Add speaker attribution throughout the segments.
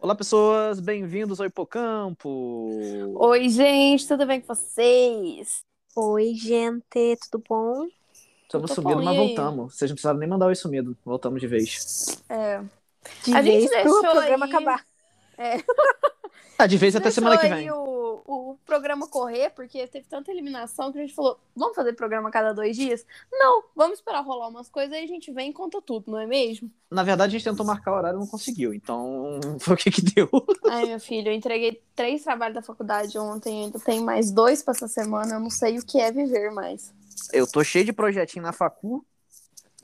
Speaker 1: Olá, pessoas, bem-vindos ao Hipocampo!
Speaker 2: Oi, gente, tudo bem com vocês?
Speaker 3: Oi, gente, tudo bom?
Speaker 1: Estamos
Speaker 2: tô
Speaker 1: sumindo,
Speaker 2: bom,
Speaker 1: mas
Speaker 2: e aí?
Speaker 1: voltamos. Vocês não precisaram nem mandar oi sumido, voltamos de vez.
Speaker 2: É,
Speaker 3: De
Speaker 2: A gente
Speaker 3: vez
Speaker 2: deixou
Speaker 3: pro programa
Speaker 2: aí-
Speaker 3: acabar.
Speaker 1: Ah, de vez até
Speaker 2: deixou
Speaker 1: semana que
Speaker 2: aí
Speaker 1: vem.
Speaker 2: O, o programa correr, porque teve tanta eliminação que a gente falou: vamos fazer programa a cada dois dias? Não, vamos esperar rolar umas coisas e a gente vem e conta tudo, não é mesmo?
Speaker 1: Na verdade, a gente tentou marcar o horário e não conseguiu, então foi o que que deu.
Speaker 2: Ai, meu filho, eu entreguei três trabalhos da faculdade ontem, ainda tem mais dois pra essa semana, eu não sei o que é viver mais.
Speaker 1: Eu tô cheio de projetinho na facu.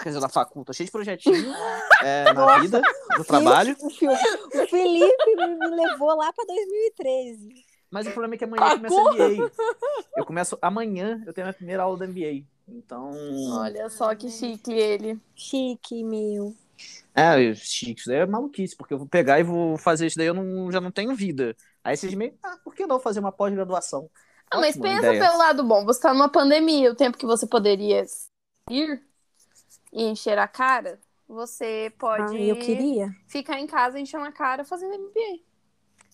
Speaker 1: Quer dizer, na facu, tô cheio de projetinho é, na vida, no trabalho.
Speaker 3: O Fio- o Felipe me me levou lá pra 2013.
Speaker 1: Mas o problema é que amanhã eu começo a MBA. Eu começo amanhã, eu tenho a minha primeira aula da MBA. Então.
Speaker 2: Olha só que chique ele.
Speaker 3: Chique, meu.
Speaker 1: É, chique, isso daí é maluquice, porque eu vou pegar e vou fazer isso daí, eu não, já não tenho vida. Aí vocês meio, ah, por que não fazer uma pós-graduação?
Speaker 2: Ah, mas
Speaker 1: Ótima
Speaker 2: pensa
Speaker 1: ideia.
Speaker 2: pelo lado bom, você tá numa pandemia, o tempo que você poderia ir e encher a cara, você pode
Speaker 3: Ai, eu queria.
Speaker 2: ficar em casa enchendo a cara fazendo MBA.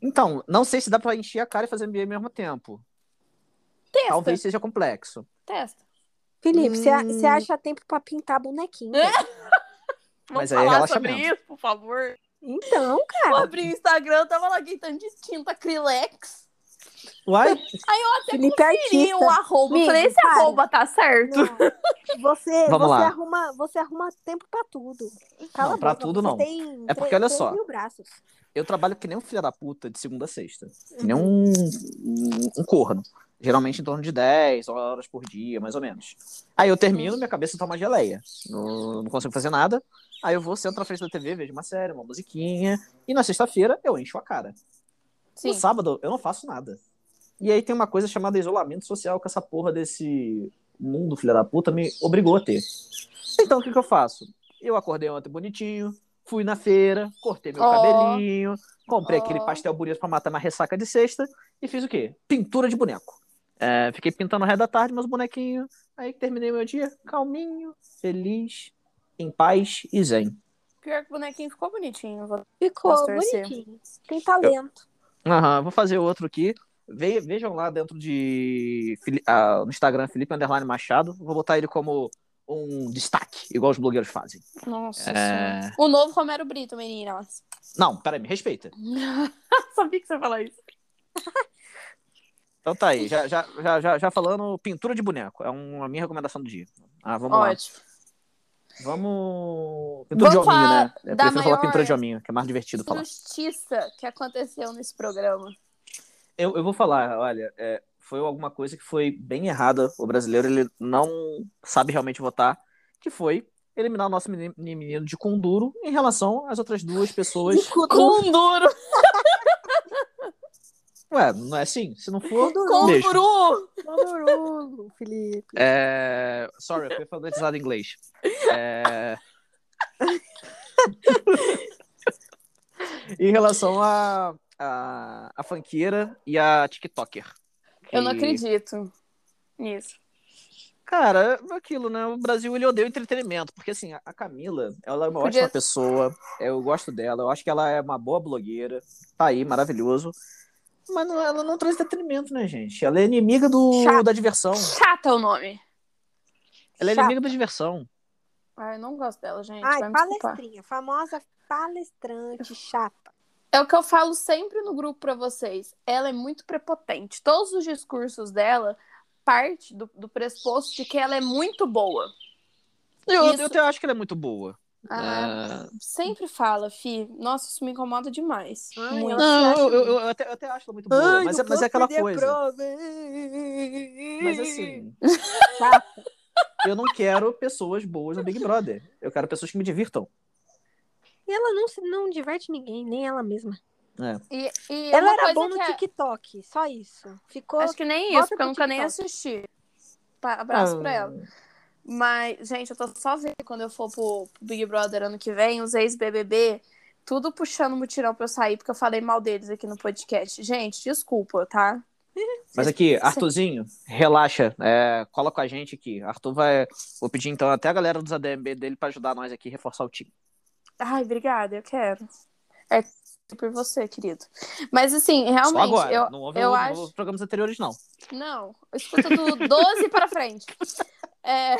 Speaker 1: Então, não sei se dá pra encher a cara e fazer MBA ao mesmo tempo.
Speaker 2: Testa,
Speaker 1: Talvez seja complexo.
Speaker 2: testa.
Speaker 3: Felipe, você a-
Speaker 1: Hum.
Speaker 3: você acha tempo pra pintar bonequinho?
Speaker 1: Mas aí é relaxamento.
Speaker 2: isso, por favor.
Speaker 3: Então,
Speaker 2: Eu
Speaker 3: cara.
Speaker 2: abri o Instagram, tava lá gritando de tinta acrilex.
Speaker 1: Uai,
Speaker 3: Felipe é
Speaker 2: Queria um
Speaker 3: artista.
Speaker 2: arroba. Eu
Speaker 3: Amigo,
Speaker 2: falei, esse
Speaker 3: para.
Speaker 2: arroba tá certo.
Speaker 3: Não. Você,
Speaker 1: Vamos
Speaker 3: você
Speaker 1: lá.
Speaker 3: arruma, você arruma tempo pra tudo. Cala
Speaker 1: Não,
Speaker 3: a
Speaker 1: pra
Speaker 3: boca,
Speaker 1: tudo
Speaker 3: você
Speaker 1: não.
Speaker 3: Tem
Speaker 1: É porque
Speaker 3: três-
Speaker 1: olha
Speaker 3: três
Speaker 1: só.
Speaker 3: mil braços.
Speaker 1: eu trabalho que nem um filho da puta de segunda a sexta. Que nem um, um, um corno. Geralmente em torno de 10 horas por dia, mais ou menos. Aí eu termino, minha cabeça tá uma geleia. Não, não consigo fazer nada. Aí eu vou, sento na frente da TV, vejo uma série, uma musiquinha. E na sexta-feira eu encho a cara. No sábado eu não faço nada. E aí tem uma coisa chamada isolamento social que essa porra desse mundo filha da puta me obrigou a ter. Então o que, que eu faço? Eu acordei ontem bonitinho, fui na feira, cortei meu
Speaker 2: Ó.
Speaker 1: cabelinho, comprei
Speaker 2: Ó.
Speaker 1: aquele pastel bonito pra matar uma ressaca de sexta e fiz o quê? Pintura de boneco. É, fiquei pintando o resto da tarde meus bonequinhos. Aí terminei meu dia calminho, feliz, em paz e zen.
Speaker 2: Pior que o bonequinho ficou bonitinho. vou-
Speaker 3: Ficou
Speaker 2: Posso torcer?
Speaker 3: bonitinho. Tem talento.
Speaker 1: Aham, vou fazer outro aqui. Ve- Vejam lá dentro de Fili- ah, no Instagram Felipe Underline Machado. Vou botar ele como um destaque, igual os blogueiros fazem.
Speaker 2: Nossa
Speaker 1: É.
Speaker 2: Senhora. O novo Romero Brito, meninas.
Speaker 1: Não, peraí, me respeita.
Speaker 2: Sabia que você ia falar isso.
Speaker 1: Então tá aí, já, já, já, já, já falando pintura de boneco. É um- a minha recomendação do dia. Ah, vamos lá.
Speaker 2: Ótimo.
Speaker 1: Vamos. Pintura de
Speaker 2: Vamos
Speaker 1: hominho,
Speaker 2: falar
Speaker 1: né? Eu
Speaker 2: da
Speaker 1: prefiro falar
Speaker 2: maior-
Speaker 1: pintura de hominho, que é mais divertido falar.
Speaker 2: Justiça que aconteceu nesse programa.
Speaker 1: Eu, eu vou falar, olha, é, foi alguma coisa que foi bem errada. O brasileiro ele não sabe realmente votar, que foi eliminar o nosso menino, menino de Conduro em relação às outras duas pessoas.
Speaker 3: Escuta.
Speaker 2: Com duro,
Speaker 1: Ué, não é assim? Se não for.
Speaker 2: com
Speaker 1: Deixa.
Speaker 2: duro.
Speaker 3: Conduru, Felipe.
Speaker 1: É... Sorry, eu fui alfabetizado em inglês. É... em relação à a, a funkeira e a TikToker.
Speaker 2: Eu não
Speaker 1: que-
Speaker 2: acredito nisso.
Speaker 1: Cara, é aquilo, né? O Brasil ele odeia o entretenimento, porque assim, a a Camila, ela é uma
Speaker 2: Podia-
Speaker 1: ótima pessoa, eu gosto dela, eu acho que ela é uma boa blogueira, tá aí, maravilhoso. Mas não- ela não traz entretenimento, né, gente? Ela é inimiga do,
Speaker 3: Chata.
Speaker 1: da diversão.
Speaker 2: Chata é o nome.
Speaker 1: Ela é
Speaker 3: Chata.
Speaker 1: inimiga da diversão.
Speaker 2: Ai, Ah, eu não gosto dela, gente.
Speaker 3: Ai,
Speaker 2: vai me desculpar.
Speaker 3: palestrinha, famosa palestrante chata.
Speaker 2: É o que eu falo sempre no grupo pra vocês. Ela é muito prepotente. Todos os discursos dela parte do, do pressuposto de que ela é muito boa.
Speaker 1: Eu, eu,
Speaker 2: Isso.
Speaker 1: até acho que ela é muito boa.
Speaker 2: Ah,
Speaker 1: É,
Speaker 2: Sempre fala, Fi. Nossa, isso me incomoda demais.
Speaker 3: Ai,
Speaker 2: Muito.
Speaker 3: ela-
Speaker 1: Não,
Speaker 3: acha-
Speaker 1: eu, eu- eu até, eu até acho ela muito boa, mas, é, mas é aquela coisa. Mas
Speaker 3: Mas
Speaker 1: assim,
Speaker 3: Chata.
Speaker 1: eu não quero pessoas boas no Big Brother. Eu quero pessoas que me divirtam.
Speaker 3: Ela não, se- não diverte ninguém, nem ela mesma.
Speaker 2: E, e
Speaker 3: Ela
Speaker 2: uma
Speaker 3: era
Speaker 2: coisa
Speaker 3: boa no
Speaker 2: que é-
Speaker 3: TikTok, só isso. Ficou.
Speaker 2: Acho que nem
Speaker 3: Volta
Speaker 2: isso, porque eu
Speaker 3: pro
Speaker 2: nunca nem
Speaker 3: TikTok.
Speaker 2: assisti. Pa- Abraço
Speaker 1: Ah,
Speaker 2: pra ela. Mas, gente, eu tô só vendo quando eu for pro, pro Big Brother ano que vem, os ex-BBB, tudo puxando mutirão pra eu sair, porque eu falei mal deles aqui no podcast. Gente, desculpa, tá?
Speaker 1: Mas aqui, Arthurzinho, relaxa. é, cola com a gente aqui. Arthur vai. Vou pedir então até a galera dos ADMB dele pra ajudar nós aqui a reforçar o time.
Speaker 2: Ai, obrigada, eu quero. É por você, querido. Mas assim, realmente,
Speaker 1: Só agora.
Speaker 2: eu,
Speaker 1: não houve
Speaker 2: eu
Speaker 1: no-
Speaker 2: acho-
Speaker 1: nos programas anteriores, não.
Speaker 2: Não, escuta do 12 para frente. É,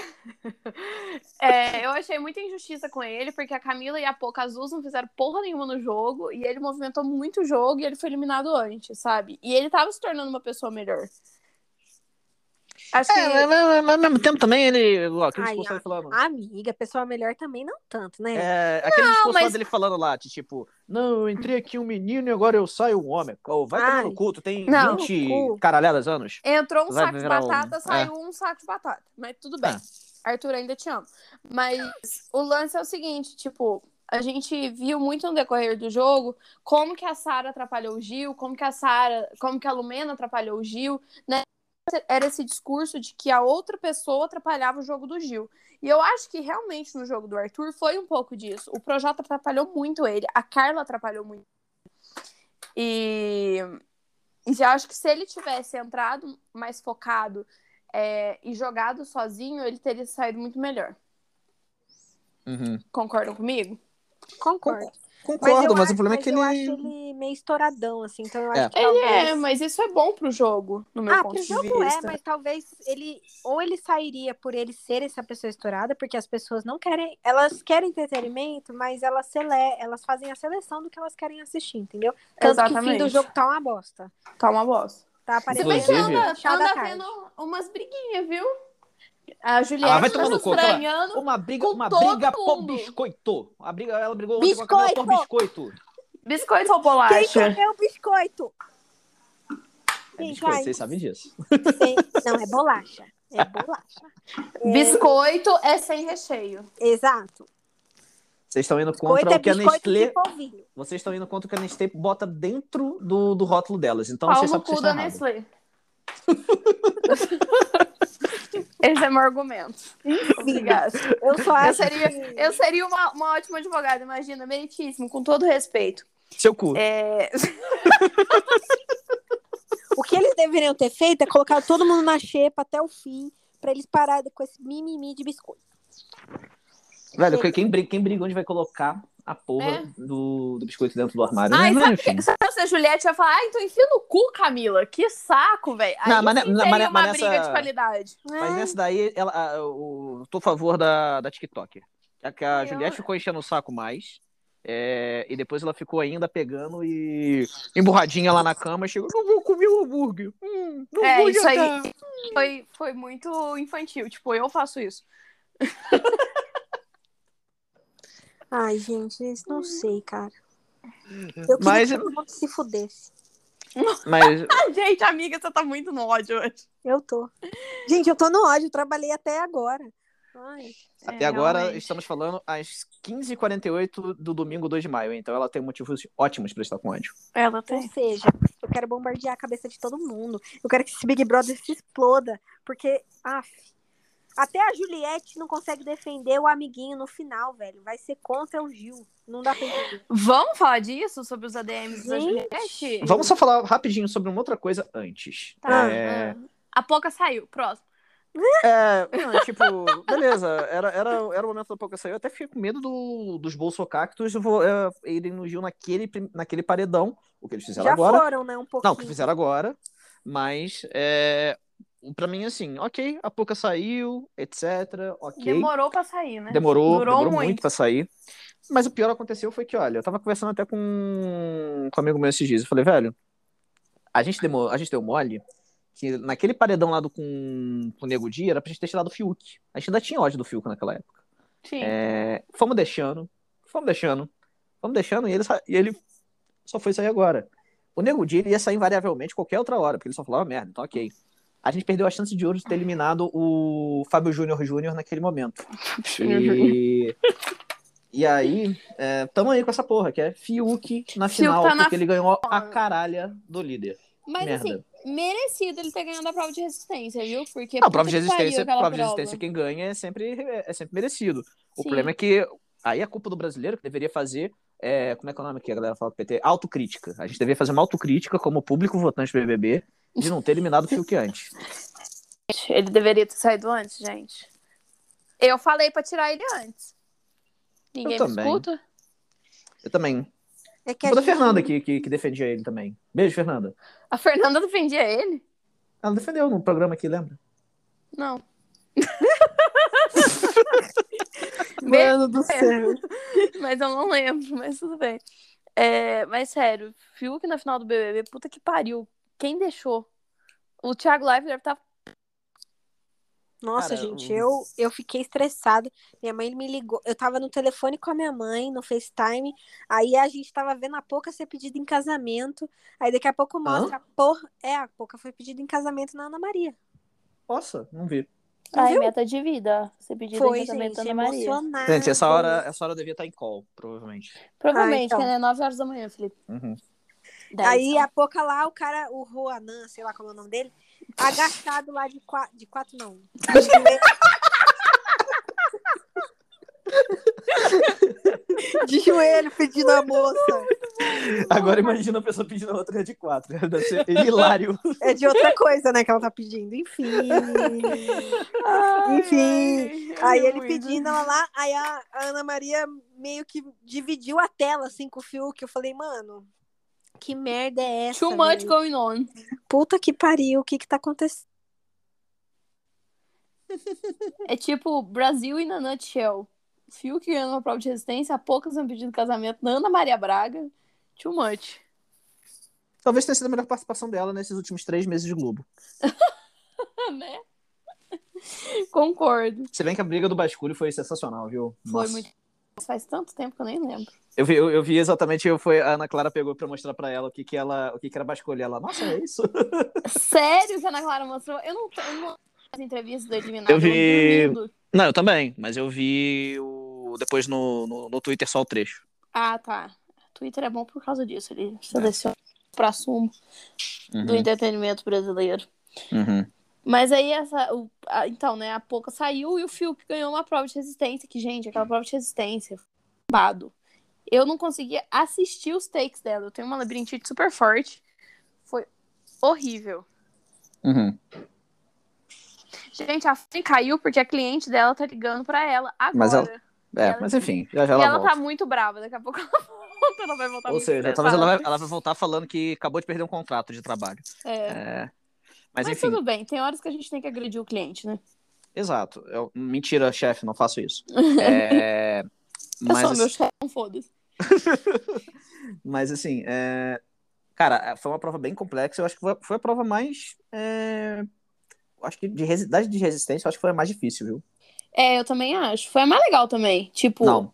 Speaker 2: é, eu achei muita injustiça com ele, porque a Camila e a Poca Azuis não fizeram porra nenhuma no jogo, e ele movimentou muito o jogo e ele foi eliminado antes, sabe? E ele tava se tornando uma pessoa melhor. Acho que.
Speaker 1: É, mas, mas- mas ao mesmo tempo também ele. ó, Aquele
Speaker 3: Ai,
Speaker 1: discurso
Speaker 3: ai.
Speaker 1: dele falando.
Speaker 3: Amiga, pessoal melhor também não tanto, né?
Speaker 1: É, aquele discurso lá
Speaker 2: mas-
Speaker 1: dele falando lá, de, tipo, não, eu entrei aqui um menino e agora eu saio um homem. Ou vai tomar no
Speaker 3: Ai.
Speaker 1: cu, tu tem
Speaker 2: Não.
Speaker 1: 20
Speaker 3: No cu.
Speaker 1: caralhadas anos.
Speaker 2: Entrou um
Speaker 1: Vai
Speaker 2: saco de
Speaker 1: virar um-
Speaker 2: batata,
Speaker 1: é.
Speaker 2: saiu um saco de batata. Mas tudo bem. Arthur, ainda te amo. Mas o lance é o seguinte, tipo, a gente viu muito no decorrer do jogo como que a Sara atrapalhou o Gil, como que a Sara, como que a Lumena atrapalhou o Gil, né? Era esse discurso de que a outra pessoa atrapalhava o jogo do Gil. E eu acho que realmente no jogo do Arthur foi um pouco disso. O Projota atrapalhou muito ele, a Carla atrapalhou muito. E e já acho que se ele tivesse entrado mais focado é, e jogado sozinho, ele teria saído muito melhor.
Speaker 1: Uhum.
Speaker 2: Concordam comigo?
Speaker 3: Concordo.
Speaker 1: Concordo,
Speaker 3: eu
Speaker 1: mas,
Speaker 3: acho-
Speaker 1: o problema é
Speaker 3: mas
Speaker 1: que
Speaker 3: eu
Speaker 1: ele.
Speaker 3: acho ele meio estouradão, assim. Então eu acho
Speaker 1: É.
Speaker 3: que talvez...
Speaker 2: É, mas isso é bom pro jogo, no meu
Speaker 3: Ah,
Speaker 2: ponto
Speaker 3: pro
Speaker 2: de
Speaker 3: jogo é,
Speaker 2: vista.
Speaker 3: mas talvez ele ou ele sairia por ele ser essa pessoa estourada, porque as pessoas não querem, elas querem entretenimento, mas elas sele, elas fazem a seleção do que elas querem assistir, entendeu? Tanto que o fim
Speaker 2: Exatamente.
Speaker 3: do jogo tá uma bosta.
Speaker 2: Tá uma bosta.
Speaker 3: Tá
Speaker 2: Se
Speaker 3: aparecendo
Speaker 2: bem que
Speaker 1: Inclusive-
Speaker 2: anda,
Speaker 3: chá da
Speaker 2: anda
Speaker 3: tarde.
Speaker 2: tendo umas briguinhas, viu? A
Speaker 1: Ah,
Speaker 2: Juliette
Speaker 1: vai
Speaker 2: tá
Speaker 1: tomar
Speaker 2: se
Speaker 1: no cu, aquela-
Speaker 2: estranhando.
Speaker 1: Uma briga,
Speaker 2: com
Speaker 1: uma
Speaker 2: todo
Speaker 1: briga por
Speaker 2: mundo.
Speaker 1: biscoito. A briga, ela brigou ontem com a Camila por biscoito.
Speaker 2: Biscoito ou
Speaker 3: Quem
Speaker 2: bolacha?
Speaker 3: comeu o biscoito?
Speaker 1: É
Speaker 3: Gente,
Speaker 1: biscoito,
Speaker 3: ai,
Speaker 1: vocês sabem disso.
Speaker 3: sei. Não, é bolacha. É bolacha. É,
Speaker 2: Biscoito é sem recheio.
Speaker 3: Exato.
Speaker 1: Vocês estão indo contra
Speaker 3: Biscoito é
Speaker 1: o que a
Speaker 3: biscoito
Speaker 1: Nestlé.
Speaker 3: de polvilho.
Speaker 1: Vocês estão indo contra o que a Nestlé bota dentro do, do rótulo delas. Então
Speaker 2: Pau
Speaker 1: vocês
Speaker 2: no
Speaker 1: sabem que
Speaker 2: cu
Speaker 1: vocês
Speaker 2: da
Speaker 1: estão errados.
Speaker 2: Nestlé. Esse é meu argumento. Obrigada.
Speaker 3: Eu só
Speaker 2: Ah, Eu
Speaker 3: acho
Speaker 2: seria,
Speaker 3: que...
Speaker 2: eu seria uma, uma ótima advogada, imagina, meritíssimo, com todo respeito.
Speaker 1: Seu cu.
Speaker 2: É,
Speaker 3: O que eles deveriam ter feito é colocar todo mundo na xepa até o fim, pra eles pararem com esse mimimi de biscoito.
Speaker 1: Velho, quem- quem briga, quem briga onde vai colocar a porra
Speaker 2: É.
Speaker 1: do, do biscoito dentro do armário?
Speaker 2: Ai,
Speaker 1: Não,
Speaker 2: sabe,
Speaker 1: enfim.
Speaker 2: que, sabe se a Juliette vai falar, ah, então enfia no cu, Camila, que saco, velho. Aí
Speaker 1: Não, mas
Speaker 2: sim
Speaker 1: ne- mas
Speaker 2: seria
Speaker 1: ne-
Speaker 2: uma
Speaker 1: mas
Speaker 2: briga
Speaker 1: nessa-
Speaker 2: de qualidade.
Speaker 1: Mas nessa daí, ela, a- eu tô a favor da, da TikTok. É que a
Speaker 2: Eu-
Speaker 1: Juliette ficou enchendo o saco mais. é, e depois ela ficou ainda pegando e emburradinha lá na cama. Chegou, não vou comer o hambúrguer. Hum, não
Speaker 2: É,
Speaker 1: vou
Speaker 2: isso aí.
Speaker 1: jantar."
Speaker 2: Foi, foi muito infantil, tipo, eu faço isso.
Speaker 3: Ai, gente, isso não sei, cara. Eu queria
Speaker 1: Uhum. Mas-
Speaker 3: que todo mundo se fudesse.
Speaker 1: Mas
Speaker 2: Ah, gente, amiga, você tá muito no ódio hoje.
Speaker 3: Eu tô. Gente, eu tô no ódio, eu trabalhei até agora. Ai,
Speaker 1: até
Speaker 2: É,
Speaker 1: agora
Speaker 2: realmente.
Speaker 1: estamos falando às 15h48 do domingo 2 de maio. Então ela tem motivos ótimos pra estar com ódio.
Speaker 2: Ela tá.
Speaker 3: ou seja, eu quero bombardear a cabeça de todo mundo. Eu quero que esse Big Brother se exploda, porque, af, até a Juliette não consegue defender o amiguinho no final, velho. Vai ser contra o Gil. Não dá pra entender.
Speaker 2: Vamos falar disso? Sobre os ADMs da Juliette?
Speaker 1: Vamos só falar rapidinho sobre uma outra coisa antes.
Speaker 3: Tá.
Speaker 1: É,
Speaker 2: Ah, A Poca saiu, próximo.
Speaker 1: É, não, é tipo, beleza, era, era, era o momento da Poca sair. Eu até fiquei com medo do, dos bolsocactos vo- é, irem no Gil naquele, prim- naquele paredão, o que eles fizeram
Speaker 3: Já
Speaker 1: agora.
Speaker 3: foram, né? Um pouquinho.
Speaker 1: Não, o que fizeram agora, mas é, pra mim, assim, ok, a Poca saiu, etc, ok.
Speaker 2: Demorou pra sair, né?
Speaker 1: Demorou,
Speaker 2: Durou
Speaker 1: demorou
Speaker 2: muito.
Speaker 1: muito. pra sair. Mas o pior aconteceu foi que, olha, eu tava conversando até com, com um amigo meu esses dias. Eu falei, velho, a gente, demo, a gente deu mole que naquele paredão lá do, com, com o Nego Dia era pra gente ter tirado o Fiuk. A gente ainda tinha ódio do Fiuk naquela época.
Speaker 2: Sim.
Speaker 1: É, fomos deixando, fomos deixando, fomos deixando e ele, sa- e ele só foi sair agora. O Nego Dia ele ia sair invariavelmente qualquer outra hora, porque ele só falava merda, então ok. A gente perdeu a chance de ouro de ter eliminado o Fábio Júnior Júnior naquele momento. E, e aí, é, tamo aí com essa porra, que é Fiuk na
Speaker 2: Fiuk
Speaker 1: final,
Speaker 2: tá na
Speaker 1: porque ele ganhou a caralha do líder.
Speaker 2: Mas
Speaker 1: Merda.
Speaker 2: assim, merecido ele ter ganhado a prova de resistência, viu? Porque
Speaker 1: Não, prova de
Speaker 2: puta que pariu
Speaker 1: resistência,
Speaker 2: aquela
Speaker 1: prova de resistência, quem ganha é sempre, é sempre merecido. O
Speaker 2: Sim.
Speaker 1: problema é que aí a culpa do brasileiro que deveria fazer. É, como é que é o nome que a galera fala do PT? Autocrítica. A gente deveria fazer uma autocrítica como público votante do BBB de não ter eliminado o Fiuk antes.
Speaker 2: Ele deveria ter saído antes, gente. Eu falei pra tirar ele antes. Ninguém
Speaker 1: Eu
Speaker 2: me
Speaker 1: também.
Speaker 2: escuta?
Speaker 1: Eu também.
Speaker 3: É que a
Speaker 1: Foi da
Speaker 3: gente-
Speaker 1: Fernanda que, né? que, que defendia ele também. Beijo, Fernanda.
Speaker 2: A Fernanda defendia é ele?
Speaker 1: Ela defendeu num programa aqui, lembra?
Speaker 2: Não. Beijo,
Speaker 3: Mano do céu.
Speaker 2: mas eu não lembro, mas tudo bem. É, mas sério, Fiuk na final do BBB, puta que pariu. Quem deixou? O Thiago Live deve tá estar.
Speaker 3: Nossa,
Speaker 1: Cara,
Speaker 3: gente,
Speaker 1: o-
Speaker 3: eu, eu fiquei estressada. Minha mãe me ligou. Eu tava no telefone com a minha mãe, no FaceTime. Aí a gente tava vendo a Pouca ser pedida em casamento. Aí daqui a pouco mostra a porra. É, a Pouca foi pedida em casamento na Ana Maria.
Speaker 1: Nossa, não vi.
Speaker 3: Não
Speaker 2: Ai,
Speaker 3: viu?
Speaker 2: meta de vida. Você pediu
Speaker 3: Foi,
Speaker 2: em casamento
Speaker 3: gente,
Speaker 2: Ana Maria.
Speaker 3: emocionada.
Speaker 1: Gente, essa hora, essa hora eu devia estar em call, provavelmente.
Speaker 2: Provavelmente,
Speaker 3: Ah, então.
Speaker 2: que é 9 horas da manhã, Felipe.
Speaker 1: Uhum.
Speaker 2: Dez.
Speaker 3: Aí a pouca lá, o cara, o Roanan, sei lá como é o nome dele, agachado lá de quatro, de quatro não. De joelho. De joelho pedindo a moça.
Speaker 1: Agora imagina a pessoa pedindo a outra de quatro. Deve ser hilário.
Speaker 3: É de outra coisa, né, que ela tá pedindo. Enfim.
Speaker 2: Ai,
Speaker 3: Enfim,
Speaker 2: ai,
Speaker 3: Aí
Speaker 2: ai,
Speaker 3: ele
Speaker 2: muito.
Speaker 3: pedindo ela lá, aí a a Ana Maria meio que dividiu a tela, assim, com o Fiuk. Eu falei, mano, que merda é essa?
Speaker 2: Too much
Speaker 3: velho?
Speaker 2: going on.
Speaker 3: Puta que pariu, o que que tá acontecendo?
Speaker 2: É tipo Brasil in a nutshell. Fiuk ganhando uma prova de resistência, a poucas estão pedindo casamento na Ana Maria Braga. Too much.
Speaker 1: Talvez tenha sido a melhor participação dela nesses últimos três meses de Globo.
Speaker 2: né? Concordo.
Speaker 1: Se bem que a briga do Basculho foi sensacional, viu?
Speaker 2: Foi
Speaker 1: Nossa.
Speaker 2: muito. Faz tanto tempo que eu nem lembro.
Speaker 1: Eu vi, eu, eu vi exatamente, eu- foi, a Ana Clara pegou pra mostrar pra ela o que, que ela o que, que era basculho. Ela, nossa, é isso?
Speaker 2: Sério que a Ana Clara mostrou? Eu não tô. Eu não... As entrevistas do eliminado.
Speaker 1: Eu vi-
Speaker 2: dormindo.
Speaker 1: Não, eu também, mas eu vi o... depois no, no, no Twitter só o trecho.
Speaker 2: Ah, tá. Twitter é bom por causa disso. Ele seleciona pra sumo do
Speaker 1: Uhum,
Speaker 2: entretenimento brasileiro.
Speaker 1: uhum.
Speaker 2: Mas aí essa. o- a- então, né, a pouca saiu e o Fiuk ganhou uma prova de resistência. Que, gente, aquela prova de resistência. Bado. Eu não conseguia assistir os takes dela. Eu tenho uma labirintite super forte. Foi horrível.
Speaker 1: uhum.
Speaker 2: Gente, a Fanny caiu porque a cliente dela tá ligando pra ela agora.
Speaker 1: Mas ela- É,
Speaker 2: Ela-
Speaker 1: mas enfim, já já
Speaker 2: e
Speaker 1: ela,
Speaker 2: ela
Speaker 1: volta.
Speaker 2: tá muito brava. Daqui a pouco ela volta, ela vai voltar
Speaker 1: Ou
Speaker 2: muito
Speaker 1: seja, talvez
Speaker 2: estressada.
Speaker 1: ela vai, ela vai voltar falando que acabou de perder um contrato de trabalho.
Speaker 2: É.
Speaker 1: É. Mas,
Speaker 2: Mas,
Speaker 1: enfim,
Speaker 2: tudo bem, tem horas que a gente tem que agredir o cliente, né?
Speaker 1: exato. Eu- mentira, chefe, não faço isso. É,
Speaker 2: Eu sou
Speaker 1: mas,
Speaker 2: meu chefe, não foda-se.
Speaker 1: mas assim, é, cara, foi uma prova bem complexa. Eu acho que foi- foi a prova mais. é, Acho que de resi- das de resistência, eu acho que foi a mais difícil, viu?
Speaker 2: É, eu também acho. Foi a mais legal também. Tipo,
Speaker 1: Não.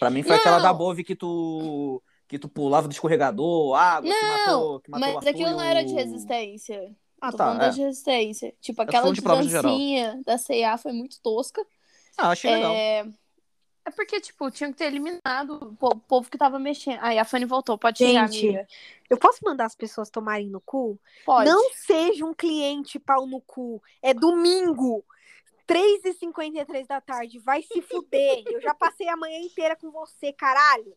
Speaker 1: Pra mim foi aquela
Speaker 2: Não.
Speaker 1: da Bove que tu. que tu pulava do escorregador, água, que matou, que matou o
Speaker 2: mas
Speaker 1: Arthur
Speaker 2: aquilo
Speaker 1: e
Speaker 2: não
Speaker 1: o-
Speaker 2: era de resistência.
Speaker 1: Ah,
Speaker 2: Tô
Speaker 1: tá.
Speaker 2: falando
Speaker 1: é.
Speaker 2: da de resistência. Tipo,
Speaker 1: tô
Speaker 2: aquela
Speaker 1: falando de provas no geral.
Speaker 2: dancinha da C&A foi muito tosca.
Speaker 1: Ah, achei legal.
Speaker 2: É... é porque, tipo, tinha que ter eliminado o po- o povo que tava mexendo. Aí a Fanny voltou, pode xingar,
Speaker 3: Gente,
Speaker 2: amiga.
Speaker 3: Eu posso mandar as pessoas tomarem no cu?
Speaker 2: Pode.
Speaker 3: Não seja um cliente pau no cu. É domingo, 3h53 da tarde. Vai se fuder. Eu já passei a manhã inteira com você, caralho.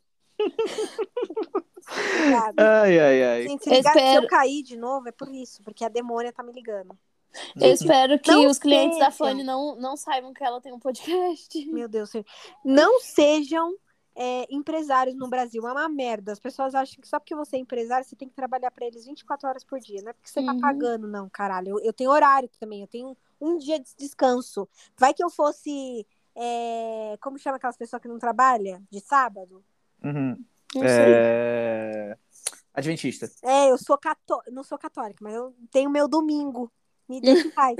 Speaker 3: Obrigada.
Speaker 1: Ai, ai, ai.
Speaker 3: Gente, se,
Speaker 2: Eu
Speaker 3: ligar, se eu
Speaker 2: espero-
Speaker 3: cair de novo, é por isso, porque a demônia tá me ligando.
Speaker 2: Eu
Speaker 1: Uhum.
Speaker 2: espero que
Speaker 3: Não
Speaker 2: os clientes da
Speaker 3: sejam.
Speaker 2: Fanny não, não saibam que ela tem um podcast.
Speaker 3: Meu Deus, Senhor. não sejam é, empresários no Brasil. É uma merda. As pessoas acham que só porque você é empresário, você tem que trabalhar pra eles 24 horas por dia. Não é porque você
Speaker 2: Uhum.
Speaker 3: tá pagando, não, caralho. Eu, eu tenho horário também, eu tenho um dia de descanso. Vai que eu fosse. é, como chama aquelas pessoas que não trabalham? De sábado?
Speaker 1: Uhum.
Speaker 2: Não sei.
Speaker 1: É... Adventista.
Speaker 3: É, eu sou católica. Não sou católica, mas eu tenho meu domingo. Me deixa em paz.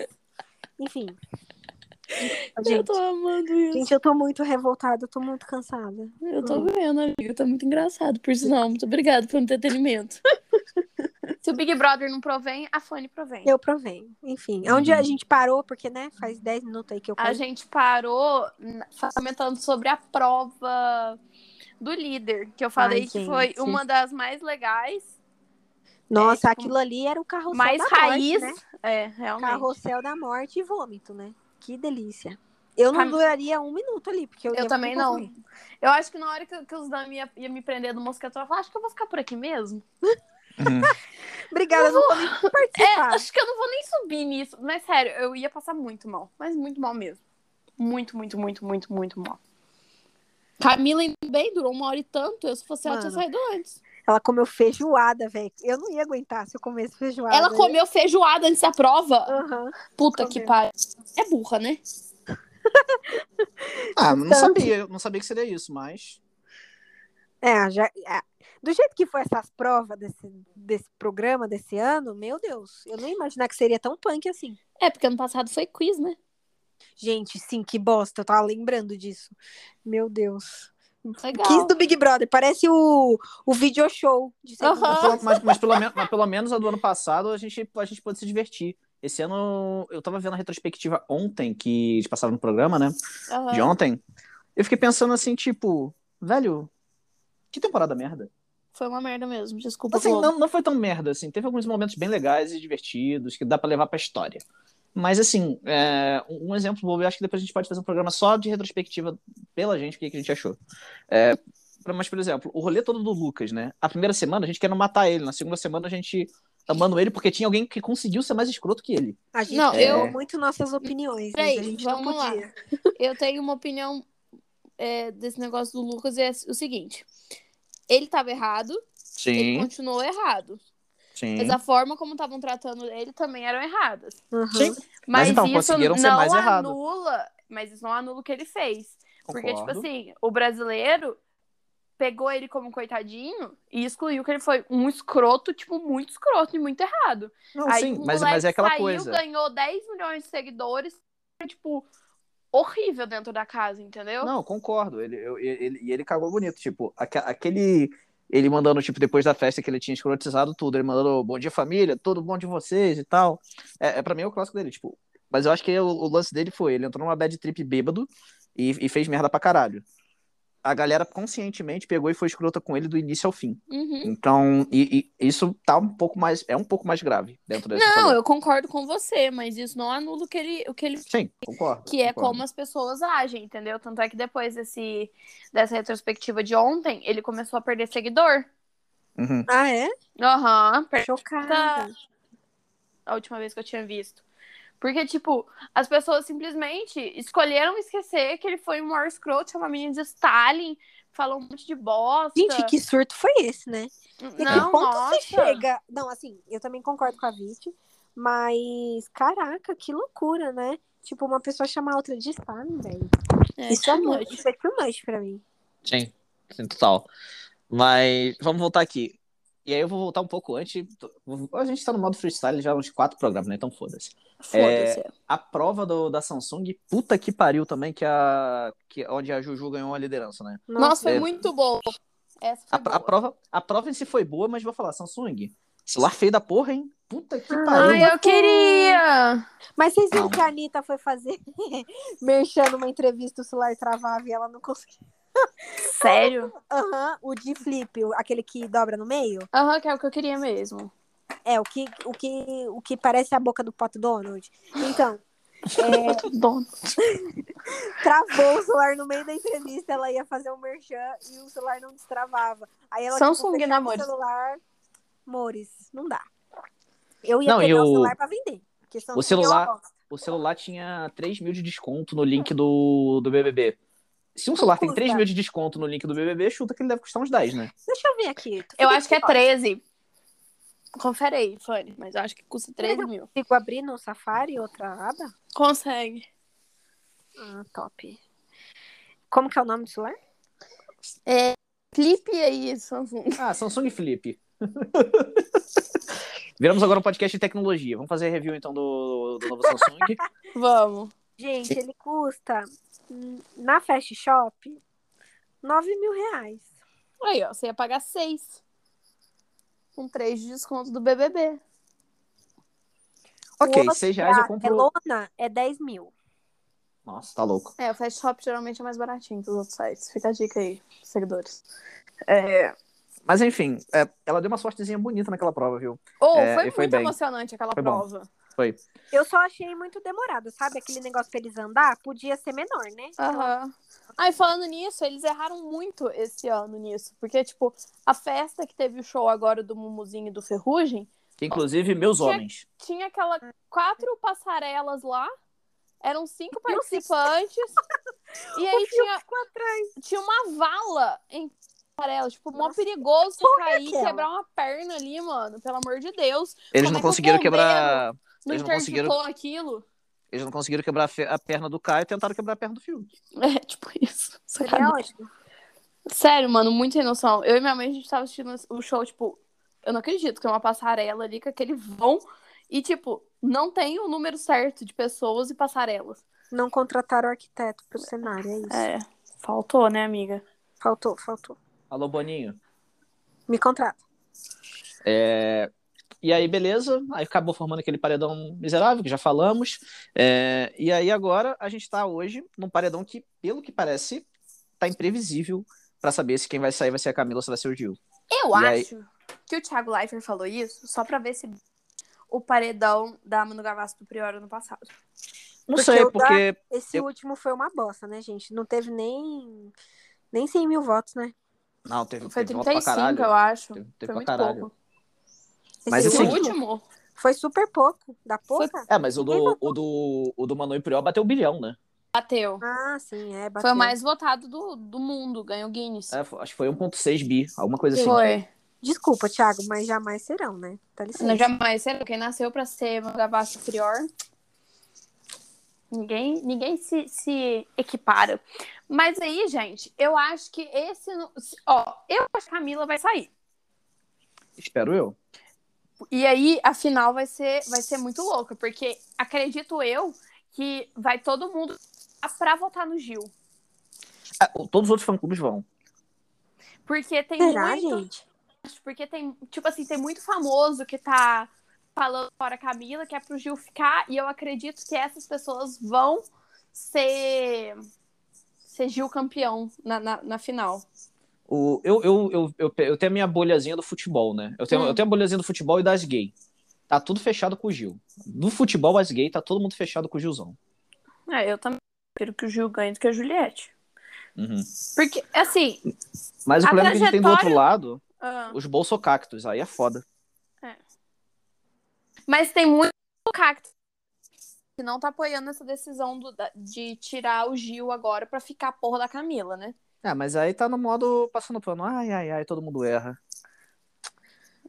Speaker 3: Enfim.
Speaker 2: Eu tô amando isso.
Speaker 3: Gente, eu tô muito revoltada, eu tô muito cansada.
Speaker 2: Eu tô vendo, amiga. Tá muito engraçado. Por sinal, muito obrigada pelo entretenimento. Se o Big Brother não provém, a Fanny provém.
Speaker 3: Eu provei. Enfim, É onde a gente parou, porque, né, faz 10 minutos aí que eu
Speaker 2: A
Speaker 3: caí.
Speaker 2: gente parou na- comentando sobre a prova do líder, que eu falei que
Speaker 3: gente.
Speaker 2: foi uma das mais legais,
Speaker 3: Nossa,
Speaker 2: é, tipo,
Speaker 3: aquilo ali era o carrossel
Speaker 2: mais
Speaker 3: da
Speaker 2: raiz.
Speaker 3: morte, né?
Speaker 2: É, realmente.
Speaker 3: Carrossel da morte e vômito, né? Que delícia. Eu não
Speaker 2: Cam-
Speaker 3: duraria um minuto ali, porque eu,
Speaker 2: Eu
Speaker 3: ia
Speaker 2: também
Speaker 3: muito
Speaker 2: não.
Speaker 3: longe.
Speaker 2: Eu acho que na hora que, que os Dami ia, ia me prender do mosquetão, eu falei, acho que eu vou ficar por aqui mesmo.
Speaker 3: Obrigada, eu não vou nem
Speaker 2: É.
Speaker 3: participar.
Speaker 2: Acho que eu não vou nem subir nisso. Mas sério, eu ia passar muito mal. Mas muito mal mesmo. Muito, muito, muito, muito, muito mal. Camila ainda bem durou uma hora e tanto. Eu, se fosse ela, eu tinha
Speaker 3: Mano.
Speaker 2: saído antes.
Speaker 3: Ela comeu feijoada, velho. Eu não ia aguentar se eu comesse feijoada.
Speaker 2: Ela comeu feijoada antes da prova?
Speaker 3: Aham.
Speaker 2: Puta
Speaker 3: comeu.
Speaker 2: que pariu. É burra, né?
Speaker 1: Ah, não
Speaker 3: Tanto.
Speaker 1: sabia, não sabia que seria isso, mas.
Speaker 3: É, já, é. Do jeito que foi essas provas desse, desse programa, desse ano, meu Deus, eu não ia imaginar que seria tão punk assim.
Speaker 2: É, porque ano passado foi quiz, né?
Speaker 3: Gente, sim, que bosta, eu tava lembrando disso. Meu Deus.
Speaker 2: Legal.
Speaker 3: Quis do Big Brother, parece o, o video show de segunda.
Speaker 2: Aham.
Speaker 1: Mas, pelo- mas- mas pelo, men- mas pelo menos a do ano passado a gente, a gente pôde se divertir. Esse ano, eu tava vendo a retrospectiva ontem, que eles passavam no programa, né?
Speaker 2: Aham.
Speaker 1: De ontem. Eu fiquei pensando assim, tipo, velho, que temporada merda.
Speaker 2: Foi uma merda mesmo, desculpa.
Speaker 1: Assim,
Speaker 2: Globo.
Speaker 1: não, não foi tão merda, assim. Teve alguns momentos bem legais e divertidos que dá pra levar pra história. Mas, assim, é, um um exemplo bobo, eu acho que depois a gente pode fazer um programa só de retrospectiva pela gente, o que que a gente achou. É, pra- mas, por exemplo, o rolê todo do Lucas, né? A primeira semana a gente querendo matar ele, na segunda semana a gente amando ele porque tinha alguém que conseguiu ser mais escroto que ele.
Speaker 3: A gente
Speaker 2: Não,
Speaker 3: criou
Speaker 1: eu-
Speaker 3: muito nossas opiniões,
Speaker 2: Peraí,
Speaker 3: mas a gente não
Speaker 2: vamos lá.
Speaker 3: podia.
Speaker 2: Eu tenho uma opinião é, desse negócio do Lucas e é o seguinte. Ele tava errado, ele
Speaker 1: Sim,
Speaker 2: continuou errado.
Speaker 1: sim.
Speaker 2: Mas a forma como estavam tratando ele também eram erradas.
Speaker 3: Aham.
Speaker 1: Sim. Mas
Speaker 2: Mas,
Speaker 1: então,
Speaker 2: isso
Speaker 1: conseguiram ser
Speaker 2: não
Speaker 1: mais errado.
Speaker 2: anula, mas isso não anula o que ele fez. Porque, tipo
Speaker 1: Concordo.
Speaker 2: assim, o brasileiro pegou ele como coitadinho e excluiu que ele foi um escroto, tipo, muito escroto e muito errado.
Speaker 1: Não,
Speaker 2: Aí
Speaker 1: sim,
Speaker 2: o
Speaker 1: mas,
Speaker 2: moleque
Speaker 1: mas é aquela
Speaker 2: saiu,
Speaker 1: coisa.
Speaker 2: ganhou 10 milhões de seguidores, tipo, horrível dentro da casa, entendeu?
Speaker 1: Não, concordo. Ele, eu- ele, e ele cagou bonito. Tipo, aque- aquele. Ele mandando, tipo, depois da festa que ele tinha escrotizado tudo. Ele mandando bom dia, família, tudo bom de vocês e tal. É, é pra mim é o clássico dele, tipo. Mas eu acho que o, o lance dele foi: ele entrou numa bad trip bêbado e, e fez merda pra caralho. A galera conscientemente pegou e foi escrota com ele do início ao fim.
Speaker 2: Uhum.
Speaker 1: Então, e, e isso tá um pouco mais. É um pouco mais grave dentro dessa.
Speaker 2: Não, eu concordo com você, mas isso não anula o que ele, o que ele
Speaker 1: Sim, concordo.
Speaker 2: que é
Speaker 1: concordo.
Speaker 2: como as pessoas agem, entendeu? Tanto é que depois desse dessa retrospectiva de ontem, ele começou a perder seguidor.
Speaker 1: Uhum.
Speaker 3: Ah, é?
Speaker 2: Aham, per-
Speaker 3: Chocada.
Speaker 2: a última vez que eu tinha visto. Porque, tipo, as pessoas simplesmente escolheram esquecer que ele foi um maior escroto, chamou a menina de Stalin, falou um monte de bosta.
Speaker 3: Gente, que surto foi esse, né? E a que
Speaker 2: Não,
Speaker 3: ponto
Speaker 2: nossa.
Speaker 3: você chega? Não, assim, eu também concordo com a Vit, mas caraca, que loucura, né? Tipo, uma pessoa chamar a outra de Stalin, velho.
Speaker 2: É,
Speaker 3: Isso é
Speaker 2: too
Speaker 3: muito,
Speaker 2: much.
Speaker 3: isso é too much pra mim.
Speaker 1: Sim, sim, total. Mas vamos voltar aqui. E aí eu vou voltar um pouco antes. A gente tá no modo freestyle já há uns quatro programas, né? Então foda-se.
Speaker 2: Foda-se.
Speaker 1: A prova do- da Samsung, puta que pariu também, que a, que, onde a Juju ganhou a liderança, né?
Speaker 2: Nossa, foi
Speaker 1: É.
Speaker 2: muito boa. Essa
Speaker 1: A,
Speaker 2: foi
Speaker 1: a
Speaker 2: boa.
Speaker 1: prova, a prova em si foi boa, mas vou falar, Samsung, celular feio da porra, hein? Puta que
Speaker 3: Ai,
Speaker 1: pariu.
Speaker 2: Ai, Ah, eu queria!
Speaker 3: Mas vocês viram
Speaker 1: Calma.
Speaker 3: que a Anitta foi fazer merchan numa entrevista, o celular travava e ela não conseguiu.
Speaker 2: Sério?
Speaker 3: Aham, o de flip, o- aquele que dobra no meio.
Speaker 2: Aham, que é o que eu queria mesmo.
Speaker 3: É, o que, o que, o que parece a boca do Pato Donald. Então,
Speaker 2: Dona.
Speaker 3: travou o celular no meio da entrevista, ela ia fazer um merchan e o celular não destravava. Aí ela
Speaker 2: Samsung,
Speaker 3: fechava
Speaker 2: né,
Speaker 3: o
Speaker 2: amores?
Speaker 3: celular. Mores, não dá. Eu ia
Speaker 1: Não, e
Speaker 3: pegar o...
Speaker 1: o-
Speaker 3: celular pra vender. porque Samsung
Speaker 1: celular-
Speaker 3: eu gosto.
Speaker 1: O celular tinha 3 mil de desconto no link do, do BBB. Se um celular tem 3 mil de desconto no link do BBB, chuta que ele deve custar uns 10, né?
Speaker 3: Deixa eu ver aqui. Tô
Speaker 2: Eu
Speaker 3: fazendo
Speaker 2: acho que é
Speaker 3: negócio.
Speaker 2: 13. Confere aí, Fanny, mas eu acho que custa 13 mil.
Speaker 3: Consigo abrir no Safari outra aba?
Speaker 2: Consegue.
Speaker 3: Ah, top. Como que é o nome do celular?
Speaker 2: É, Clipe aí, Samsung.
Speaker 1: Ah, Samsung Flip. Viramos agora um podcast de tecnologia. Vamos fazer review então do, do novo Samsung.
Speaker 2: Vamos.
Speaker 3: Gente, ele custa hum, na Fast Shop 9 mil reais.
Speaker 2: Aí, ó, você ia pagar 6. Com 3 Um de desconto do BBB.
Speaker 1: ok,
Speaker 3: O outro
Speaker 1: 6 reais eu
Speaker 3: da
Speaker 1: compro.
Speaker 3: Elona é 10 mil.
Speaker 1: Nossa, tá louco.
Speaker 2: É, o Fast Shop geralmente é mais baratinho que os outros sites. Fica a dica aí, seguidores. É...
Speaker 1: Mas enfim, é, ela deu uma sortezinha bonita naquela prova, viu?
Speaker 2: Ou
Speaker 1: É,
Speaker 2: foi,
Speaker 1: e foi
Speaker 2: muito
Speaker 1: bem.
Speaker 2: emocionante aquela
Speaker 1: Foi bom.
Speaker 2: prova.
Speaker 3: Eu só achei muito demorado, sabe? Aquele negócio pra eles andar podia ser menor, né?
Speaker 2: Aham. Aí falando nisso, eles erraram muito esse ano nisso. Porque, tipo, a festa que teve o show agora do Mumuzinho e do Ferrugem
Speaker 1: Que, inclusive, meus
Speaker 2: Tinha-
Speaker 1: homens.
Speaker 2: tinha aquela quatro passarelas lá. Eram cinco
Speaker 3: Meu Deus.
Speaker 2: participantes. e aí
Speaker 3: fio
Speaker 2: tinha, tinha uma vala em ela. Tipo, mó perigoso cair,
Speaker 3: aquela?
Speaker 2: quebrar uma perna ali, mano. Pelo amor de Deus.
Speaker 1: Eles
Speaker 2: Como é
Speaker 1: não
Speaker 2: que o
Speaker 1: conseguiram quebrar.
Speaker 2: Não
Speaker 1: Eles não conseguiram-
Speaker 2: interditou aquilo.
Speaker 1: Eles não conseguiram quebrar a fe- a perna do Caio e tentaram quebrar a perna do Fiuk.
Speaker 2: É, tipo isso.
Speaker 3: Seria
Speaker 2: Sacanagem.
Speaker 3: ótimo.
Speaker 2: Sério, mano, muito sem noção. Eu e minha mãe, a gente tava assistindo o show, tipo, eu não acredito que é uma passarela ali com aquele vão. E, tipo, não tem o número certo de pessoas e passarelas.
Speaker 3: Não contrataram o arquiteto pro cenário, é isso.
Speaker 2: É, faltou, né, amiga?
Speaker 3: Faltou, faltou.
Speaker 1: Alô, Boninho.
Speaker 3: Me contrata.
Speaker 1: E aí, beleza. Aí acabou formando aquele paredão miserável, que já falamos. É, E aí, agora, a gente tá hoje num paredão que, pelo que parece, tá imprevisível pra saber se quem vai sair vai ser a Camila ou se vai ser o Gil.
Speaker 2: Eu
Speaker 1: E aí-
Speaker 2: acho que o Thiago Leifert falou isso só pra ver se o paredão da Manu Gavassi do Prior ano passado.
Speaker 1: Não
Speaker 3: Porque
Speaker 1: sei,
Speaker 3: o da-
Speaker 1: porque
Speaker 3: Esse
Speaker 1: Eu-
Speaker 3: último foi uma bosta, né, gente? Não teve nem, nem 100 mil votos, né?
Speaker 1: Não, teve,
Speaker 2: Foi
Speaker 1: teve voto pra
Speaker 2: 35,
Speaker 1: caralho.
Speaker 2: eu acho.
Speaker 1: Teve, teve
Speaker 2: Foi
Speaker 1: pra
Speaker 2: muito
Speaker 1: caralho.
Speaker 2: pouco.
Speaker 3: Esse
Speaker 1: Mas
Speaker 2: Esse
Speaker 1: assim-
Speaker 2: último?
Speaker 3: Foi super pouco. Da porra?
Speaker 1: É, mas o
Speaker 3: Ninguém
Speaker 1: do, o do, o do Manu e Priol bateu um bilhão, né?
Speaker 2: Bateu.
Speaker 3: Ah, sim, é. Bateu.
Speaker 2: Foi o mais votado do, do mundo, ganhou Guinness.
Speaker 1: É, foi- acho que foi 1,6 bi, alguma coisa assim.
Speaker 2: Foi.
Speaker 3: Desculpa, Thiago, mas jamais serão, né? Tá licença.
Speaker 2: Não, jamais será. Quem nasceu pra ser Manu Gavassi do Prior, ninguém, ninguém se, se equipara. Mas aí, gente, eu acho que esse... não- Ó, eu acho que a Camila vai sair.
Speaker 1: Espero eu.
Speaker 2: E aí, a final vai ser, vai ser muito louca, porque acredito eu que vai todo mundo pra votar no Gil.
Speaker 1: Ah, o- todos os outros fã-clubes vão.
Speaker 2: Porque tem
Speaker 3: Será,
Speaker 2: muito.
Speaker 3: gente?
Speaker 2: Porque tem, tipo assim, tem muito famoso que tá falando fora a Camila, que é pro Gil ficar, e eu acredito que essas pessoas vão ser, ser Gil campeão na, na, na final.
Speaker 1: O, eu, eu, eu, eu, pe- eu tenho a minha bolhazinha do futebol, né? Eu tenho,
Speaker 2: Hum.
Speaker 1: eu tenho a bolhazinha do futebol e das gay. Tá tudo fechado com o Gil. No futebol, as gay, tá todo mundo fechado com o Gilzão.
Speaker 2: É, eu também prefiro que o Gil ganhe do que a Juliette.
Speaker 1: Uhum.
Speaker 2: Porque, assim.
Speaker 1: Mas o
Speaker 2: A
Speaker 1: problema é que a gente tem do outro
Speaker 2: trajetória-
Speaker 1: lado,
Speaker 2: ah,
Speaker 1: os bolsocactos. Aí é foda.
Speaker 2: Mas tem muito cacto que não tá apoiando essa decisão do- da- de tirar o Gil agora pra ficar a porra da Camila, né?
Speaker 1: É, mas aí tá no modo passando pano. Ai, ai, ai, todo mundo erra.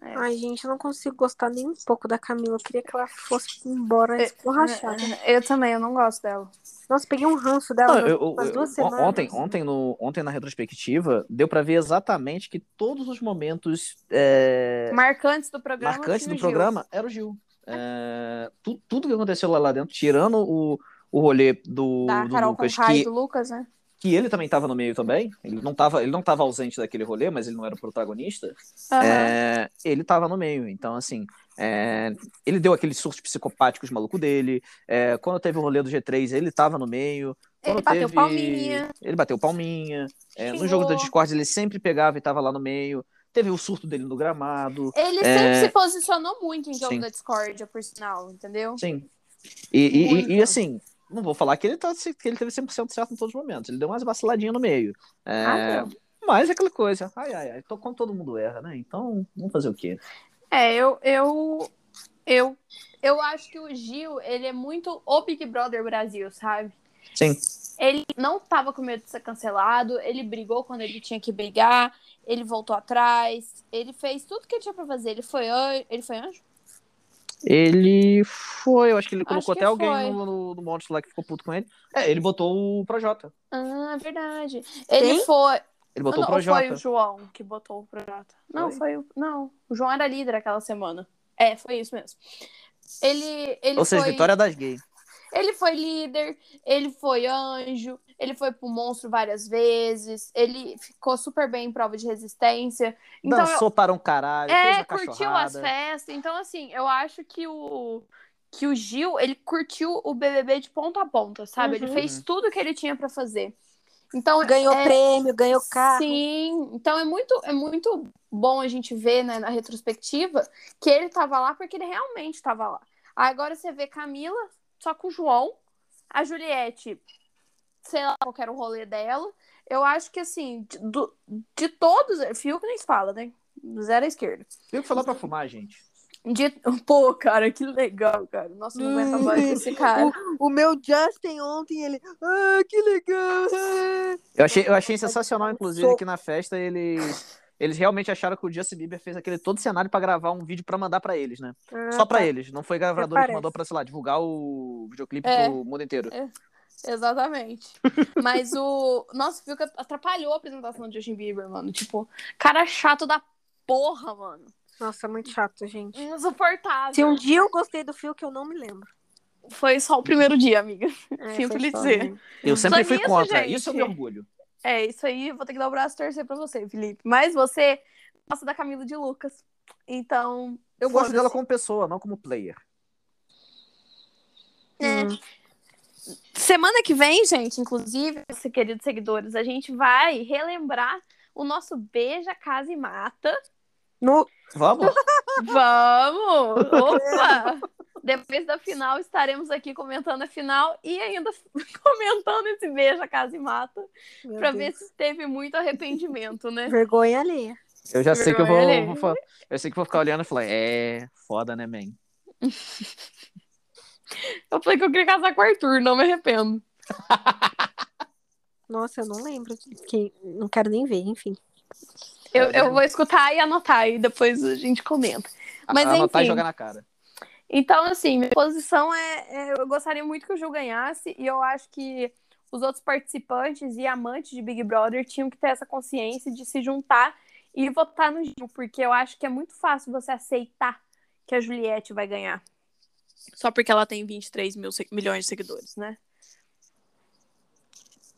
Speaker 3: Ai, gente, eu não consigo gostar nem um pouco da Camila. Eu queria que ela fosse
Speaker 2: É,
Speaker 3: embora escorrachada.
Speaker 2: Eu também, eu não gosto dela.
Speaker 3: Nossa, peguei um ranço dela.
Speaker 1: Não,
Speaker 3: nas-
Speaker 1: eu- eu-
Speaker 3: umas duas
Speaker 1: eu-
Speaker 3: semanas.
Speaker 1: ontem, ontem, no, ontem, na retrospectiva, deu pra ver exatamente que todos os momentos é,
Speaker 2: Marcantes do programa.
Speaker 1: marcante
Speaker 2: tinha
Speaker 1: do
Speaker 2: o Gil.
Speaker 1: programa era o Gil. É, tu- tudo que aconteceu lá, lá dentro, tirando o, o rolê do,
Speaker 2: Da
Speaker 1: do
Speaker 2: Carol
Speaker 1: Lucas,
Speaker 2: Conká e
Speaker 1: que,
Speaker 2: do Lucas, né?
Speaker 1: que ele também estava no meio também. Ele não estava ele não tava ausente daquele rolê, mas ele não era o protagonista.
Speaker 2: Aham.
Speaker 1: É, ele estava no meio. Então, assim, é, ele deu aqueles surtos psicopáticos maluco dele. É, quando teve o rolê do G3, ele estava no meio.
Speaker 2: Ele
Speaker 1: Quando
Speaker 2: bateu
Speaker 1: teve-
Speaker 2: palminha.
Speaker 1: Ele bateu palminha. É, no
Speaker 2: Xingou.
Speaker 1: jogo da Discord, ele sempre pegava e estava lá no meio. Teve o surto dele no gramado.
Speaker 2: Ele
Speaker 1: É.
Speaker 2: sempre se posicionou muito em jogo
Speaker 1: Sim.
Speaker 2: da discórdia, por sinal, entendeu?
Speaker 1: Sim. E, e- e- e,
Speaker 2: Muito.
Speaker 1: assim, não vou falar que ele, tá, que ele teve 100% certo em todos os momentos. Ele deu umas vaciladinhas no meio. É,
Speaker 2: Ah,
Speaker 1: mas é aquela coisa. Ai, ai, ai. Tô, quando todo mundo erra, né? Então, vamos fazer o quê?
Speaker 2: É, eu, eu, eu, eu acho que o Gil, ele é muito o Big Brother Brasil, sabe?
Speaker 1: Sim.
Speaker 2: Ele não tava com medo de ser cancelado, ele brigou quando ele tinha que brigar, ele voltou atrás, ele fez tudo que ele tinha pra fazer. Ele foi anjo. Ele foi anjo?
Speaker 1: Ele foi. Eu acho que ele colocou
Speaker 2: que
Speaker 1: até alguém
Speaker 2: foi.
Speaker 1: no, no, no monte lá que ficou puto com ele. É, ele botou o Projota.
Speaker 2: Ah, verdade. Ele
Speaker 3: Quem?
Speaker 2: foi.
Speaker 1: Ele botou
Speaker 2: Ah, não,
Speaker 1: o
Speaker 2: ou foi
Speaker 1: Projota.
Speaker 2: o João que botou o Projota. Não,
Speaker 1: Foi?
Speaker 2: foi o. Não, o João era líder aquela semana. É, foi isso mesmo. Ele, ele
Speaker 1: Ou seja,
Speaker 2: foi,
Speaker 1: vitória das gays.
Speaker 2: ele foi líder, ele foi anjo, ele foi pro monstro várias vezes, ele ficou super bem em prova de resistência. Então, eu-
Speaker 1: Dançou para um caralho. fez
Speaker 2: é,
Speaker 1: uma
Speaker 2: curtiu
Speaker 1: cachorrada.
Speaker 2: as festas. Então, assim, eu acho que o que o Gil, ele curtiu o BBB de ponta a ponta, sabe? Ele
Speaker 3: Uhum.
Speaker 2: fez tudo que ele tinha pra fazer. Então,
Speaker 3: Ganhou
Speaker 2: é,
Speaker 3: prêmio, ganhou carro.
Speaker 2: Sim, então é muito, é muito bom a gente ver né, na retrospectiva que ele tava lá porque ele realmente tava lá. Agora você vê Camila só com o João, a Juliette, sei lá qual que era o rolê dela. Eu acho que assim, de, do- de todos, Fiuk nem se fala, né? Zero à esquerda.
Speaker 1: Viu que foi lá pra fumar, gente.
Speaker 2: De... Pô, cara, que legal, cara. Nossa, não aguenta mais esse cara.
Speaker 3: Hum. O, o meu Justin ontem, ele. Ah, que legal! ah."
Speaker 1: Eu achei, eu achei sensacional, inclusive, que na festa eles. Eles realmente acharam que o Justin Bieber fez aquele todo cenário pra gravar um vídeo pra mandar pra eles, né?
Speaker 3: Ah,
Speaker 1: Só pra
Speaker 3: tá.
Speaker 1: eles. Não foi a gravadora que
Speaker 3: Parece.
Speaker 1: mandou pra, sei lá, divulgar o videoclipe
Speaker 2: É.
Speaker 1: pro mundo inteiro.
Speaker 2: Exatamente. Mas o. Nossa, viu que atrapalhou a apresentação do Justin Bieber, mano. Tipo, cara chato da porra, mano.
Speaker 3: Nossa, muito chato, gente.
Speaker 2: Insuportável.
Speaker 3: Se um dia eu gostei do Phil, que eu não me lembro.
Speaker 2: Foi só o primeiro dia, amiga.
Speaker 3: É,
Speaker 2: Sinto
Speaker 3: foi
Speaker 2: lhe
Speaker 3: só,
Speaker 2: dizer.
Speaker 3: né?
Speaker 1: Eu sempre
Speaker 2: Só
Speaker 1: fui
Speaker 2: nisso,
Speaker 1: contra.
Speaker 2: gente.
Speaker 1: Isso eu me orgulho.
Speaker 2: É, isso aí, vou ter que dar o braço e torcer pra você, Felipe. Mas você gosta da Camila de Lucas. Então.
Speaker 1: Eu gosto
Speaker 2: Foda-se.
Speaker 1: dela como pessoa, não como player.
Speaker 2: É.
Speaker 3: Hum.
Speaker 2: Semana que vem, gente, inclusive, nossos queridos seguidores, a gente vai relembrar o nosso Beija, Casa e Mata.
Speaker 3: No...
Speaker 1: Vamos?
Speaker 2: Vamos! Opa! Depois da final, estaremos aqui comentando a final e ainda comentando esse Beija, Casa e Mata,
Speaker 3: Meu
Speaker 2: pra
Speaker 3: Deus.
Speaker 2: ver se teve muito arrependimento, né?
Speaker 3: Vergonha alheia.
Speaker 1: Eu já sei que eu vou,
Speaker 2: Olha aí.
Speaker 1: vou fa- Eu sei que eu vou ficar olhando e falar, é foda, né, man?
Speaker 2: Eu falei que eu queria casar com o Arthur, não me arrependo.
Speaker 3: Nossa, eu não lembro. Que... Não quero nem ver, enfim.
Speaker 2: Eu, eu vou escutar e anotar e depois a gente comenta. Mas
Speaker 1: A- Anotar e
Speaker 2: enfim.
Speaker 1: jogar na cara.
Speaker 2: Então, assim, minha posição é, é- Eu gostaria muito que o Ju ganhasse, e eu acho que os outros participantes e amantes de Big Brother tinham que ter essa consciência de se juntar e votar no Gil, porque eu acho que é muito fácil você aceitar que a Juliette vai ganhar. Só porque ela tem 23 mil se- milhões de seguidores, né?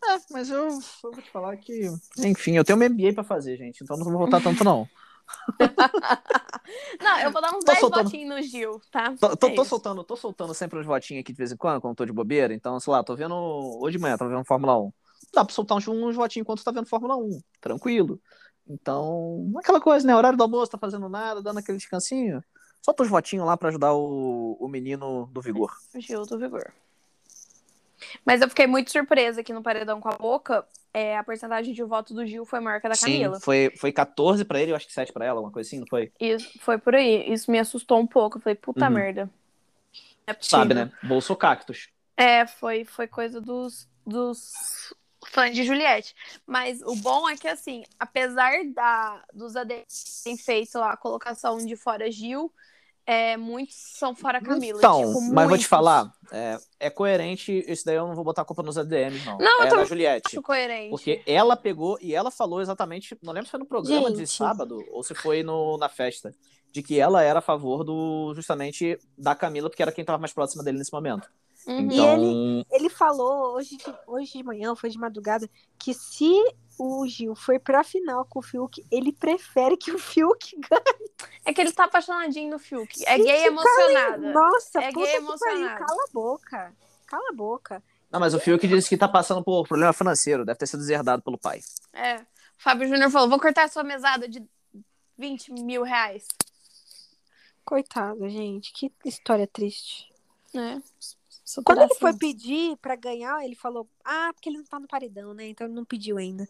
Speaker 1: É, mas eu, eu vou te falar que. Enfim, eu tenho um meu MBA pra fazer, gente, então não vou voltar tanto, não.
Speaker 2: Não, eu vou dar uns
Speaker 1: Tô
Speaker 2: 10
Speaker 1: soltando.
Speaker 2: votinhos no Gil, tá?
Speaker 1: Tô, tô-
Speaker 2: É
Speaker 1: tô
Speaker 2: isso.
Speaker 1: soltando, tô soltando sempre uns votinhos aqui de vez em quando, quando eu tô de bobeira. Então, sei lá, tô vendo. Hoje de manhã, tô vendo Fórmula 1. Dá pra soltar uns, uns votinhos enquanto tá vendo Fórmula 1, tranquilo. Então, aquela coisa, né? Horário do almoço, tá fazendo nada, dando aquele descansinho. Solta uns votinhos lá pra ajudar o, o menino do vigor.
Speaker 2: Gil do Vigor. Mas eu fiquei muito surpresa que no Paredão com a Boca, é, a porcentagem de voto do Gil foi maior que a da Camila.
Speaker 1: Sim, foi, foi 14 pra ele, eu acho que 7 pra ela, uma coisa assim, não foi?
Speaker 2: Isso, foi por aí. Isso me assustou um pouco. Eu falei, puta
Speaker 1: Uhum.
Speaker 2: merda. Não é possível.
Speaker 1: Sabe, né? Bolso cactus.
Speaker 2: É, foi, foi coisa dos, dos fãs de Juliette. Mas o bom é que, assim, apesar da, dos ADMs terem feito a colocação de fora Gil, é, muitos são fora Camila.
Speaker 1: Então,
Speaker 2: tipo,
Speaker 1: mas vou te
Speaker 2: muitos.
Speaker 1: falar, é, é coerente, isso daí eu não vou botar a culpa nos ADMs, não.
Speaker 2: Não, eu
Speaker 1: é
Speaker 2: também
Speaker 1: da Juliette.
Speaker 2: Acho coerente.
Speaker 1: Porque ela pegou e ela falou exatamente, não lembro se foi no programa de
Speaker 3: Gente.
Speaker 1: sábado ou se foi no, na festa, de que ela era a favor do justamente da Camila, porque era quem estava mais próxima dele nesse momento.
Speaker 2: Uhum.
Speaker 1: Então,
Speaker 3: Ele falou hoje, de- hoje de manhã, foi de madrugada, que se o Gil for pra final com o Fiuk, ele prefere que o Fiuk ganhe.
Speaker 2: É que ele tá apaixonadinho no Fiuk. É
Speaker 3: Gente,
Speaker 2: gay emocionada.
Speaker 3: Nossa,
Speaker 2: É gay
Speaker 3: puta que pariu,
Speaker 2: emocionado.
Speaker 3: cala a boca. Cala a boca.
Speaker 1: não, mas o Fiuk disse que tá passando por problema financeiro, deve ter sido deserdado pelo pai.
Speaker 2: É. Fábio Júnior falou: vou cortar sua mesada de 20 mil reais.
Speaker 3: Coitado, gente, que história triste.
Speaker 2: né?
Speaker 3: É. Quando ele foi pedir pra ganhar, ele falou, ah, porque ele não tá no paredão, né? Então ele não pediu ainda.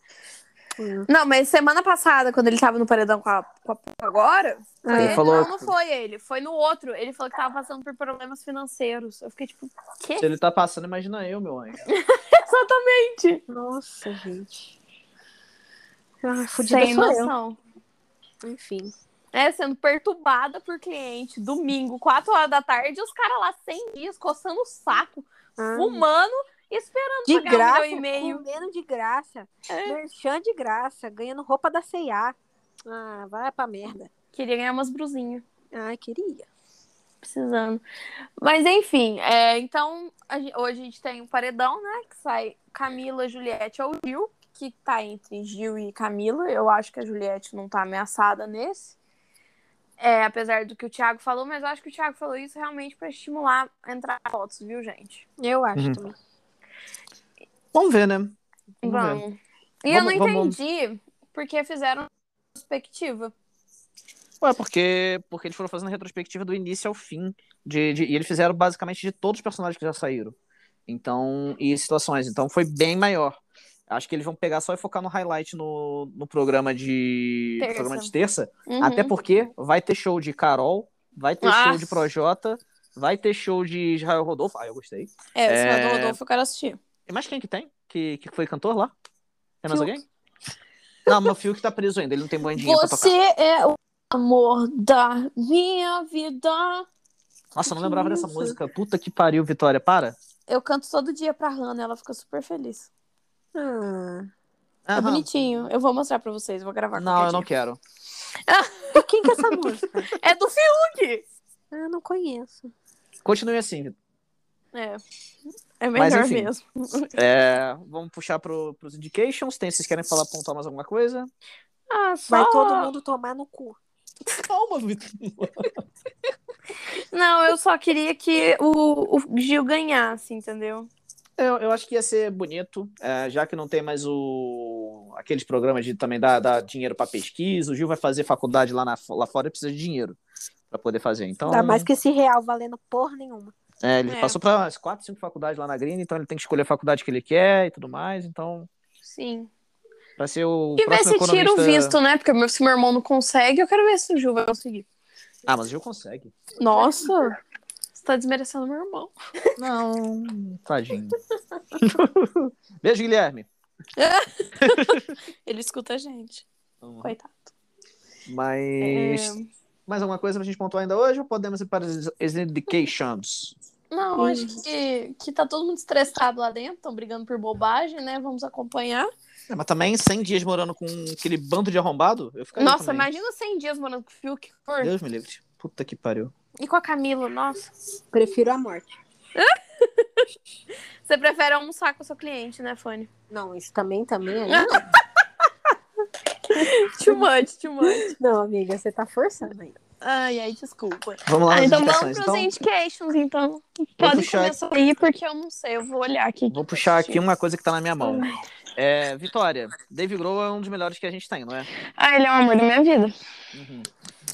Speaker 3: Hum.
Speaker 2: Não, mas semana passada, quando ele tava no paredão com a, com a Poca agora,
Speaker 3: Ah,
Speaker 2: foi
Speaker 1: Ele
Speaker 2: ele
Speaker 1: falou-
Speaker 2: não, não foi ele, foi no outro. Ele falou que tava passando por problemas financeiros. Eu fiquei tipo, quê?
Speaker 3: É.
Speaker 1: Se ele tá passando, imagina eu, meu anjo.
Speaker 2: Exatamente.
Speaker 3: Nossa, gente. Ah, fudida
Speaker 2: Sem
Speaker 3: sou eu.
Speaker 2: noção.
Speaker 3: Enfim.
Speaker 2: É, sendo perturbada por cliente, domingo, 4 horas da tarde, os caras lá sem dias, coçando o saco,
Speaker 3: Ah,
Speaker 2: fumando, esperando
Speaker 3: De
Speaker 2: pagar
Speaker 3: graça,
Speaker 2: um milhão e meio.
Speaker 3: comendo de graça, merchan de graça, ganhando roupa da C&A. Ah, vai pra merda.
Speaker 2: Queria ganhar umas brusinhas.
Speaker 3: Ah, queria.
Speaker 2: precisando. Mas enfim, é, então a gen- hoje a gente tem o paredão, né? Que sai Camila, Juliette ou Gil, que tá entre Gil e Camila. Eu acho que a Juliette não tá ameaçada nesse. É, apesar do que o Thiago falou, mas eu acho que o Thiago falou isso realmente pra estimular a entrar fotos, viu, gente?
Speaker 3: Eu acho
Speaker 1: Uhum.
Speaker 3: também.
Speaker 1: Vamos ver, né? Vamos ver.
Speaker 2: Vamos. E eu
Speaker 1: Vamos-
Speaker 2: não
Speaker 1: vamos-
Speaker 2: entendi porque fizeram perspectiva.
Speaker 1: Ué, É, porque, porque eles foram fazendo a retrospectiva do início ao fim. De, de- e eles fizeram basicamente de todos os personagens que já saíram. Então, e situações. Então foi bem maior. Acho que eles vão pegar só e focar no highlight no, no programa de.
Speaker 2: Terça.
Speaker 1: Programa de terça.
Speaker 2: Uhum.
Speaker 1: Até porque vai ter show de Carol, Vai ter
Speaker 2: Nossa.
Speaker 1: show de Projota. Vai ter show de Israel Rodolfo. Ah, eu gostei.
Speaker 2: É, o
Speaker 1: É.
Speaker 2: é... do Rodolfo eu quero assistir.
Speaker 1: E mais quem que tem? Que, que foi cantor lá? Tem mais
Speaker 2: Fiuk.
Speaker 1: alguém? Não, meu Fiuk tá preso ainda. Ele não tem bandinha pra tocar.
Speaker 2: Você é o amor da minha vida.
Speaker 1: Nossa, eu não
Speaker 2: que
Speaker 1: lembrava dessa
Speaker 2: isso?
Speaker 1: música. Puta que pariu, Vitória. Para.
Speaker 2: Eu canto todo dia pra Hannah, ela fica super feliz. É
Speaker 3: Ah,
Speaker 1: Aham.
Speaker 2: bonitinho. Eu vou mostrar pra vocês, vou gravar.
Speaker 1: Não, eu não quero.
Speaker 3: E quem que é essa música?
Speaker 2: É do Fiuk!
Speaker 3: Ah, não conheço.
Speaker 1: Continue assim, Vitor.
Speaker 2: É. É
Speaker 1: Mas,
Speaker 2: melhor
Speaker 1: enfim.
Speaker 2: mesmo.
Speaker 1: É, vamos puxar pro, pros indications. Tem, vocês querem falar, apontar mais alguma coisa?
Speaker 2: Ah, só...
Speaker 3: Vai todo mundo tomar no cu.
Speaker 1: Calma, Vitor.
Speaker 2: Não, eu só queria que o, o Gil ganhasse, entendeu?
Speaker 1: Eu, eu acho que ia ser bonito, é, já que não tem mais o aqueles programas de também dar, dar dinheiro pra pesquisa. O Gil vai fazer faculdade lá, na, lá fora e precisa de dinheiro pra poder fazer. Então,
Speaker 3: Ainda mais que esse real valendo porra nenhuma.
Speaker 1: é, ele
Speaker 2: É.
Speaker 1: passou pra umas quatro, cinco faculdades lá na Green, então ele tem que escolher a faculdade que ele quer e tudo mais. Então,
Speaker 2: Sim.
Speaker 1: pra ser o
Speaker 2: E ver
Speaker 1: próximo
Speaker 2: se tira o
Speaker 1: economista- é-
Speaker 2: visto, né? Porque meu- se meu irmão não consegue, eu quero ver se o Gil vai conseguir.
Speaker 1: Ah, mas o Gil consegue.
Speaker 2: Nossa, você tá desmerecendo meu irmão.
Speaker 1: Não, tadinho. Beijo, Guilherme.
Speaker 2: Ele escuta a gente. Coitado.
Speaker 1: Mas
Speaker 2: É.
Speaker 1: mais alguma coisa pra gente pontuar ainda hoje ou podemos ir para as as indications?
Speaker 2: Não, acho que, que tá todo mundo estressado lá dentro, estão brigando por bobagem, né? Vamos acompanhar.
Speaker 1: É, mas também 100 dias morando com aquele bando de arrombado, eu ficaria
Speaker 2: Nossa,
Speaker 1: também.
Speaker 2: imagina 100 dias morando com o Fiuk. por-
Speaker 1: Deus me livre. Puta que pariu.
Speaker 2: E com a Camila, nossa.
Speaker 3: Prefiro a morte.
Speaker 2: Você prefere almoçar com o seu cliente, né, Fanny?
Speaker 3: Não, isso também, também. aí
Speaker 2: Too much, too much.
Speaker 3: Não, amiga, você tá forçando ainda.
Speaker 2: Ai, ai, desculpa.
Speaker 1: Vamos lá
Speaker 2: Ah,
Speaker 1: nas
Speaker 2: então vamos
Speaker 1: indicações. Então,
Speaker 2: pros indications, então. Podem
Speaker 1: puxar
Speaker 2: começar aí, porque eu não sei, eu vou olhar aqui.
Speaker 1: vou puxar aqui uma coisa que tá na minha mão. É, Vitória, Dave Grohl é um dos melhores que a gente tem, não é?
Speaker 2: Ah, ele é o amor da minha vida.
Speaker 1: Uhum.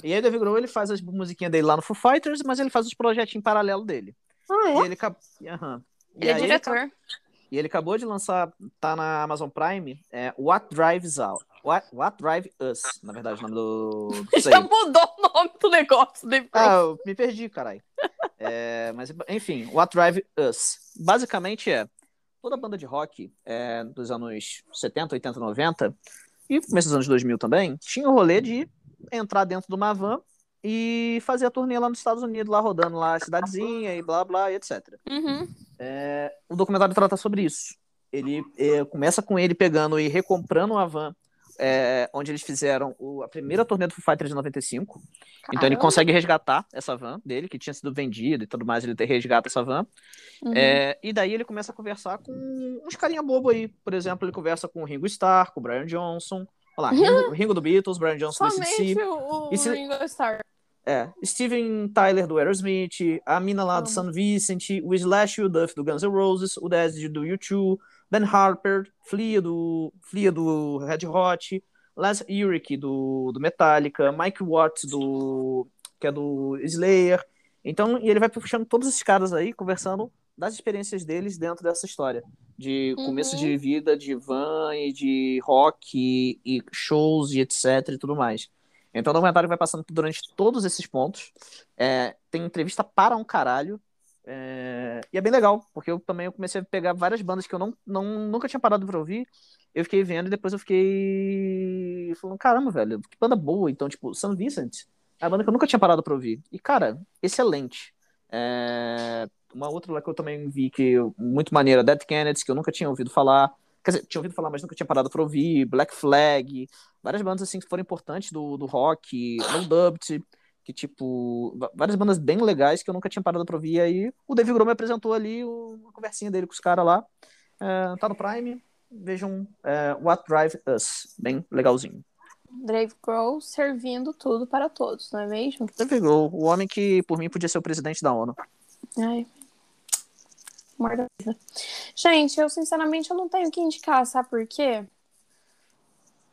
Speaker 1: E aí o Dave Grohl, ele faz as musiquinhas dele lá no Foo Fighters, mas ele faz os projetinhos paralelos dele.
Speaker 3: Ah,
Speaker 1: E ele... cap- Aham. E
Speaker 2: Ele é
Speaker 1: aí
Speaker 2: diretor.
Speaker 1: E ele acabou de lançar, tá na Amazon Prime, é What Drives Out. What, What Drive Us, na verdade, o nome do. do
Speaker 2: Já
Speaker 1: site.
Speaker 2: mudou o nome do negócio. Dave Grohl.
Speaker 1: ah, eu me perdi, caralho. É, mas, enfim, What Drive Us. Basicamente é toda banda de rock é, dos anos 70, 80, 90 e começo dos anos 2000 também, tinha o rolê de entrar dentro de uma van e fazer a turnê lá nos Estados Unidos, lá rodando lá a cidadezinha e blá blá e etc.
Speaker 2: Uhum.
Speaker 1: o documentário trata sobre isso. Ele eh, começa com ele pegando e recomprando uma van, eh, onde eles fizeram o- a primeira turnê do Foo Fighters de 95. Então ele
Speaker 2: Caramba.
Speaker 1: consegue resgatar essa van dele, que tinha sido vendida e tudo mais, ele resgata essa van.
Speaker 2: Uhum.
Speaker 1: Eh, e daí ele começa a conversar com uns carinha bobo aí. Por exemplo, ele conversa com o Ringo Starr, com o Brian Johnson. Olha lá, Ringo, Ringo do Beatles, Brian Johnson do CC.
Speaker 2: Somente o, o
Speaker 1: E se-
Speaker 2: Ringo Starr.
Speaker 1: É, Steven Tyler do Aerosmith, a mina lá do
Speaker 2: Amo.
Speaker 1: San Vincent, o Slash e o Duff do Guns N' Roses, o Dez do U2, Ben Harper, Flea do, Flea do Red Hot, Les Ulrich do, do Metallica, Mike Watts do que é do Slayer. Então, e ele vai puxando todos esses caras aí, conversando das experiências deles dentro dessa história. De começo
Speaker 2: Uhum.
Speaker 1: de vida, de van e de rock e, e shows e etc e tudo mais. Então o documentário vai passando durante todos esses pontos. É, tem entrevista para um caralho. É, e é bem legal, porque eu também comecei a pegar várias bandas que eu não, não, nunca tinha parado pra ouvir. Eu fiquei vendo e depois eu fiquei falando, caramba, velho, que banda boa. Então, tipo, San Vincent é a banda que eu nunca tinha parado pra ouvir. E, cara, excelente. É, Uma outra lá que eu também vi que eu- muito maneira, Dead Kennedys, que eu nunca tinha ouvido falar. Quer dizer, tinha ouvido falar, mas nunca tinha parado pra ouvir. Black Flag, várias bandas assim que foram importantes do, do rock, No Dubbed, que tipo, va- várias bandas bem legais que eu nunca tinha parado pra ouvir. E aí o David Grohl me apresentou ali o- uma conversinha dele com os caras lá. É, tá no Prime, vejam é, What Drive Us, bem legalzinho.
Speaker 2: Dave Grohl servindo tudo para todos, não é mesmo?
Speaker 1: David Grohl, o homem que por mim podia ser o presidente da ONU.
Speaker 2: Ai. Amor da vida. Gente, eu sinceramente eu não tenho o que indicar, sabe por quê?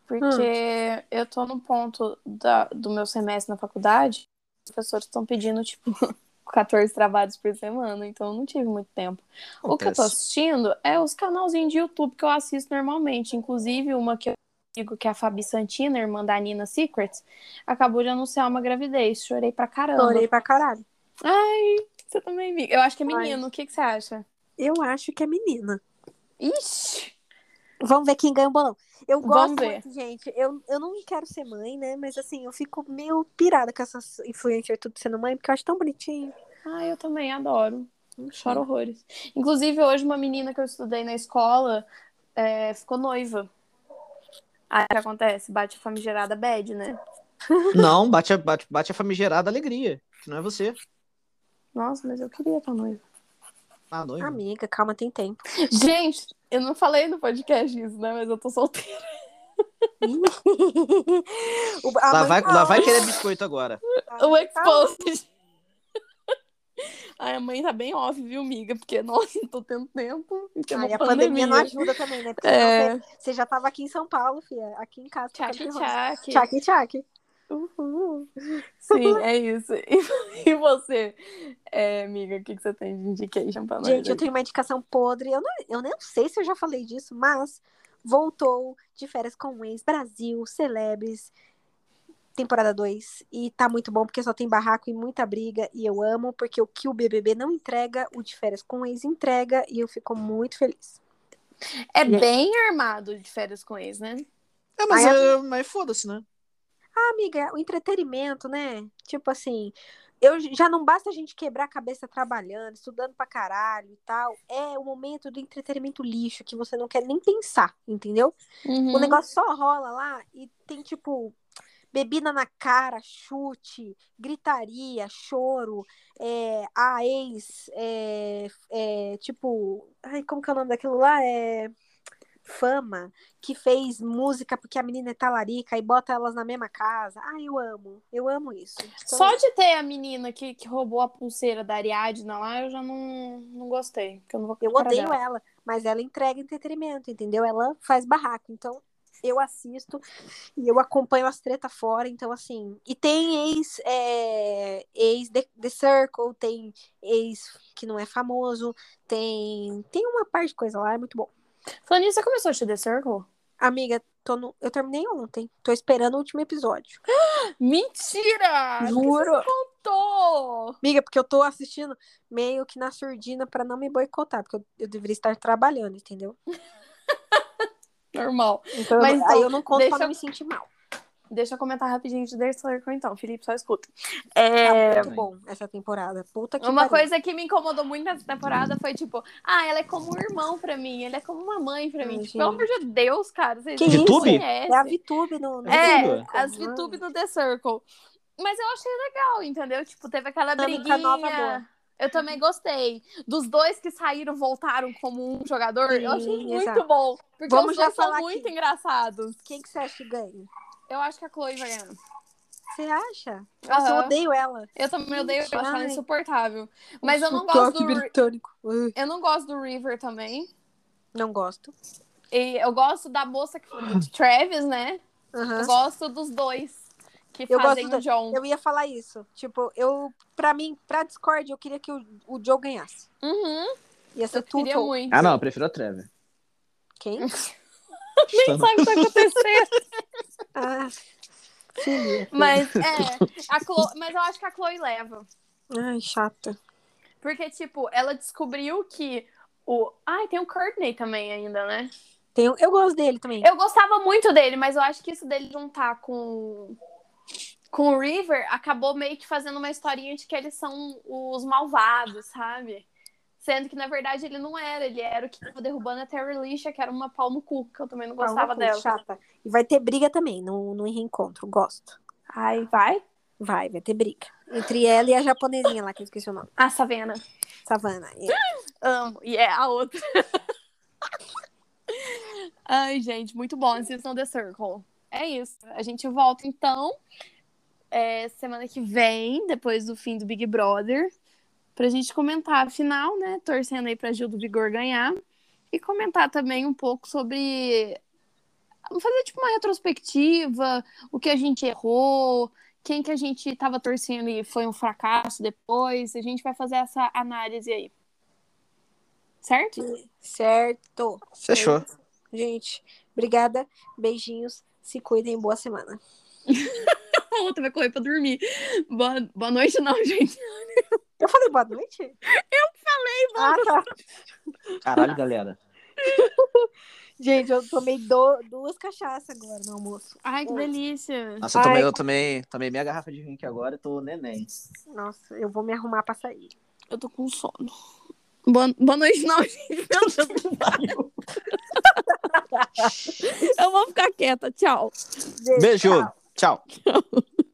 Speaker 2: Porque eu tô no ponto da- do meu semestre na faculdade, os professores estão pedindo, tipo, 14 trabalhos por semana, então eu não tive muito tempo. O que eu tô
Speaker 1: Acontece.
Speaker 2: assistindo é os canalzinhos de YouTube que eu assisto normalmente, inclusive uma que eu amigo, que é a Fabi Santina, irmã da Nina Secrets, acabou de anunciar uma gravidez. Chorei pra caramba.
Speaker 3: Chorei pra caralho.
Speaker 2: Ai, você também, amiga. Eu acho que é menino. O que, que você acha?
Speaker 3: Eu acho que é menina.
Speaker 2: Ixi!
Speaker 3: Vamos ver quem ganha o bolão. Eu gosto
Speaker 2: Vamos ver.
Speaker 3: muito, gente. Eu, eu não quero ser mãe, né? Mas assim, eu fico meio pirada com essas influencers tudo sendo mãe, porque eu acho tão bonitinho.
Speaker 2: Ai, Ah, eu também adoro. Choro horrores. Inclusive, hoje, uma menina que eu estudei na escola é, ficou noiva. Aí o que acontece? Bate a famigerada bad, né?
Speaker 1: Não, bate a, bate, bate a famigerada alegria, que não é você.
Speaker 2: Nossa, mas eu queria estar noiva.
Speaker 1: Ah, noivo.
Speaker 3: Amiga, calma, tem tempo.
Speaker 2: Gente, eu não falei no podcast isso, né? Mas eu tô solteira.
Speaker 3: O- a
Speaker 1: Lá
Speaker 3: mãe
Speaker 1: vai,
Speaker 3: tá
Speaker 1: lá vai
Speaker 3: ótima,
Speaker 1: querer biscoito agora.
Speaker 3: a
Speaker 2: O
Speaker 3: mãe tá ótima.
Speaker 2: exposed. Ai, a mãe tá bem off, viu, amiga? Porque, nossa, não tô tendo tempo. E tem uma
Speaker 3: Ai, a
Speaker 2: pandemia.
Speaker 3: pandemia não ajuda também, né? Porque
Speaker 2: É.
Speaker 3: senão você, você já tava aqui em São Paulo, filha. Aqui em casa.
Speaker 2: Tchac,
Speaker 3: tocando terror.
Speaker 2: tchac.
Speaker 3: Tchac, tchac.
Speaker 2: Uhul. Sim, é isso. E, e você, é, amiga, o que, que você tem de indication pra nós?
Speaker 3: Gente, eu tenho uma indicação podre. Eu, não, eu nem sei se eu já falei disso, mas voltou de férias com o ex Brasil, Celebres, temporada 2. E tá muito bom, porque só tem barraco e muita briga. E eu amo, porque o que o BBB não entrega, o de férias com o ex entrega. E eu fico muito feliz.
Speaker 2: É bem armado de férias com ex, né?
Speaker 1: É, mas,
Speaker 3: Ai,
Speaker 1: é, mas foda-se, né?
Speaker 3: Ah, amiga, o entretenimento, né? Tipo assim, eu já não basta a gente quebrar a cabeça trabalhando, estudando pra caralho e tal. É o momento do entretenimento lixo que você não quer nem pensar, entendeu?
Speaker 2: Uhum.
Speaker 3: O negócio só rola lá e tem, tipo, bebida na cara, chute, gritaria, choro, é, a ex, é, é, tipo, ai, como que é o nome daquilo lá? É Fama, que fez música porque a menina é talarica e bota elas na mesma casa. Ai, eu amo, eu amo isso. Então,
Speaker 2: é Só de ter a menina que, que roubou a pulseira da Ariadna lá, eu já não, não gostei. Porque eu não vou com a
Speaker 3: Eu
Speaker 2: cara
Speaker 3: odeio
Speaker 2: dela.
Speaker 3: ela, mas ela entrega entretenimento, entendeu? Ela faz barraco. Então, eu assisto e eu acompanho as treta fora. Então, assim. E tem ex, é, ex The, The Circle, tem ex que não é famoso, tem. Tem uma parte de coisa lá, é muito bom.
Speaker 2: Falando nisso, você começou a assistir The Circle?
Speaker 3: Amiga, tô no- eu terminei ontem. Tô esperando o último episódio.
Speaker 2: Mentira! Por que
Speaker 3: Juro.
Speaker 2: você não contou?
Speaker 3: Amiga, porque eu tô assistindo meio que na surdina pra não me boicotar, porque eu, eu deveria estar trabalhando, entendeu?
Speaker 2: Normal.
Speaker 3: Então,
Speaker 2: Mas,
Speaker 3: eu, não-
Speaker 2: então,
Speaker 3: aí eu não conto
Speaker 2: deixa
Speaker 3: pra não
Speaker 2: eu-
Speaker 3: me sentir mal.
Speaker 2: Deixa eu comentar rapidinho de The Circle, então. Felipe, só escuta.
Speaker 3: Tá
Speaker 1: Também.
Speaker 3: muito bom essa temporada. Puta que
Speaker 2: Uma
Speaker 3: pariu.
Speaker 2: coisa que me incomodou muito nessa temporada foi, tipo, ah, ela é como um irmão pra mim, ela é como uma mãe pra mim.
Speaker 3: Ai,
Speaker 2: Tipo, pelo amor de Deus, cara, vocês
Speaker 3: Que
Speaker 2: não
Speaker 1: isso?
Speaker 3: É a
Speaker 2: conhecem.
Speaker 3: VTube no. no
Speaker 1: É,
Speaker 3: Circle,
Speaker 2: as
Speaker 3: mano.
Speaker 2: VTube do The Circle. Mas eu achei legal, entendeu? Tipo, teve aquela
Speaker 3: Dinâmica
Speaker 2: briguinha.
Speaker 3: nova boa.
Speaker 2: Eu também gostei. Dos dois que saíram, voltaram como um jogador. eu achei
Speaker 3: Sim,
Speaker 2: muito
Speaker 3: exato.
Speaker 2: bom. Porque
Speaker 3: Vamos
Speaker 2: os
Speaker 3: já
Speaker 2: dois são
Speaker 3: falar
Speaker 2: muito
Speaker 3: aqui.
Speaker 2: engraçados.
Speaker 3: Quem que você acha que ganha?
Speaker 2: Eu acho que a Chloe vai ganhar.
Speaker 3: Você acha? Nossa, eu
Speaker 2: Aham.
Speaker 3: odeio ela.
Speaker 2: Eu também odeio, eu acho ela
Speaker 3: Ai.
Speaker 2: insuportável. Mas eu não
Speaker 3: Sotaque
Speaker 2: gosto do. Ri-
Speaker 3: britânico. Ui,
Speaker 2: Eu não gosto do River também.
Speaker 3: Não gosto.
Speaker 2: E eu gosto da moça que
Speaker 3: Uhum.
Speaker 2: do Travis, né?
Speaker 3: Aham.
Speaker 2: Eu gosto dos dois que
Speaker 3: Uhum. Eu
Speaker 2: fazem
Speaker 3: gosto
Speaker 2: o John.
Speaker 3: Eu ia falar isso. Tipo, eu. Pra mim, pra Discord, eu queria que o, o Joe ganhasse.
Speaker 2: Uhum,
Speaker 3: Ia ser
Speaker 2: eu
Speaker 3: tudo.
Speaker 2: queria muito.
Speaker 1: Ah, não, eu prefiro a Trevor.
Speaker 3: Quem?
Speaker 2: Nem sabe o que tá acontecendo.
Speaker 3: Ah. Filha.
Speaker 2: Mas, é, a Chlo- mas eu acho que a Chloe leva.
Speaker 3: Ai, chata.
Speaker 2: Porque, tipo, ela descobriu que o. Ai, tem o Courtney também ainda, né?
Speaker 3: Tem, um- eu gosto dele também.
Speaker 2: Eu gostava muito dele, mas eu acho que isso dele juntar com. Com o River acabou meio que fazendo uma historinha de que eles são os malvados, sabe? Sendo que, na verdade, ele não era. Ele era o que tava derrubando a Terry Lisha, que era uma pau no cu, que eu também não gostava
Speaker 3: Fala,
Speaker 2: dela.
Speaker 3: Chata. E vai ter briga também no, no reencontro. Gosto.
Speaker 2: Ai, vai.
Speaker 3: Vai, vai ter briga. Entre ela e a japonesinha lá, que eu esqueci o nome.
Speaker 2: A Savena.
Speaker 3: Savana. É.
Speaker 2: Amo. E é a outra. Ai, gente, muito bom. Assistam The Circle. É isso. A gente volta, então, é, semana que vem, depois do fim do Big Brother, pra gente comentar a final, né? Torcendo aí pra Gil do Vigor ganhar. E comentar também um pouco sobre... Fazer, tipo, uma retrospectiva, o que a gente errou, quem que a gente tava torcendo e foi um fracasso depois. A gente vai fazer essa análise aí. Certo?
Speaker 3: Certo.
Speaker 1: Fechou.
Speaker 3: Gente, obrigada. Beijinhos. Se cuidem. Boa semana.
Speaker 2: A outra vai correr pra dormir. Boa, boa noite, não, gente.
Speaker 3: Eu falei boa noite? Eu falei boa noite. Ah, tá.
Speaker 1: Caralho, galera.
Speaker 3: Gente, eu tomei do- duas cachaças agora no almoço.
Speaker 2: Ai, que
Speaker 3: Oi.
Speaker 2: delícia.
Speaker 1: Nossa, eu tomei,
Speaker 3: Ai.
Speaker 1: eu tomei, tomei minha garrafa de vinho aqui agora e tô neném.
Speaker 3: Nossa, eu vou me arrumar pra sair.
Speaker 2: Eu tô com sono. Boa, boa noite, não, gente. Meu Deus do céu. Eu vou ficar quieta. Tchau.
Speaker 1: Beijo.
Speaker 3: tchau.
Speaker 1: Tchau.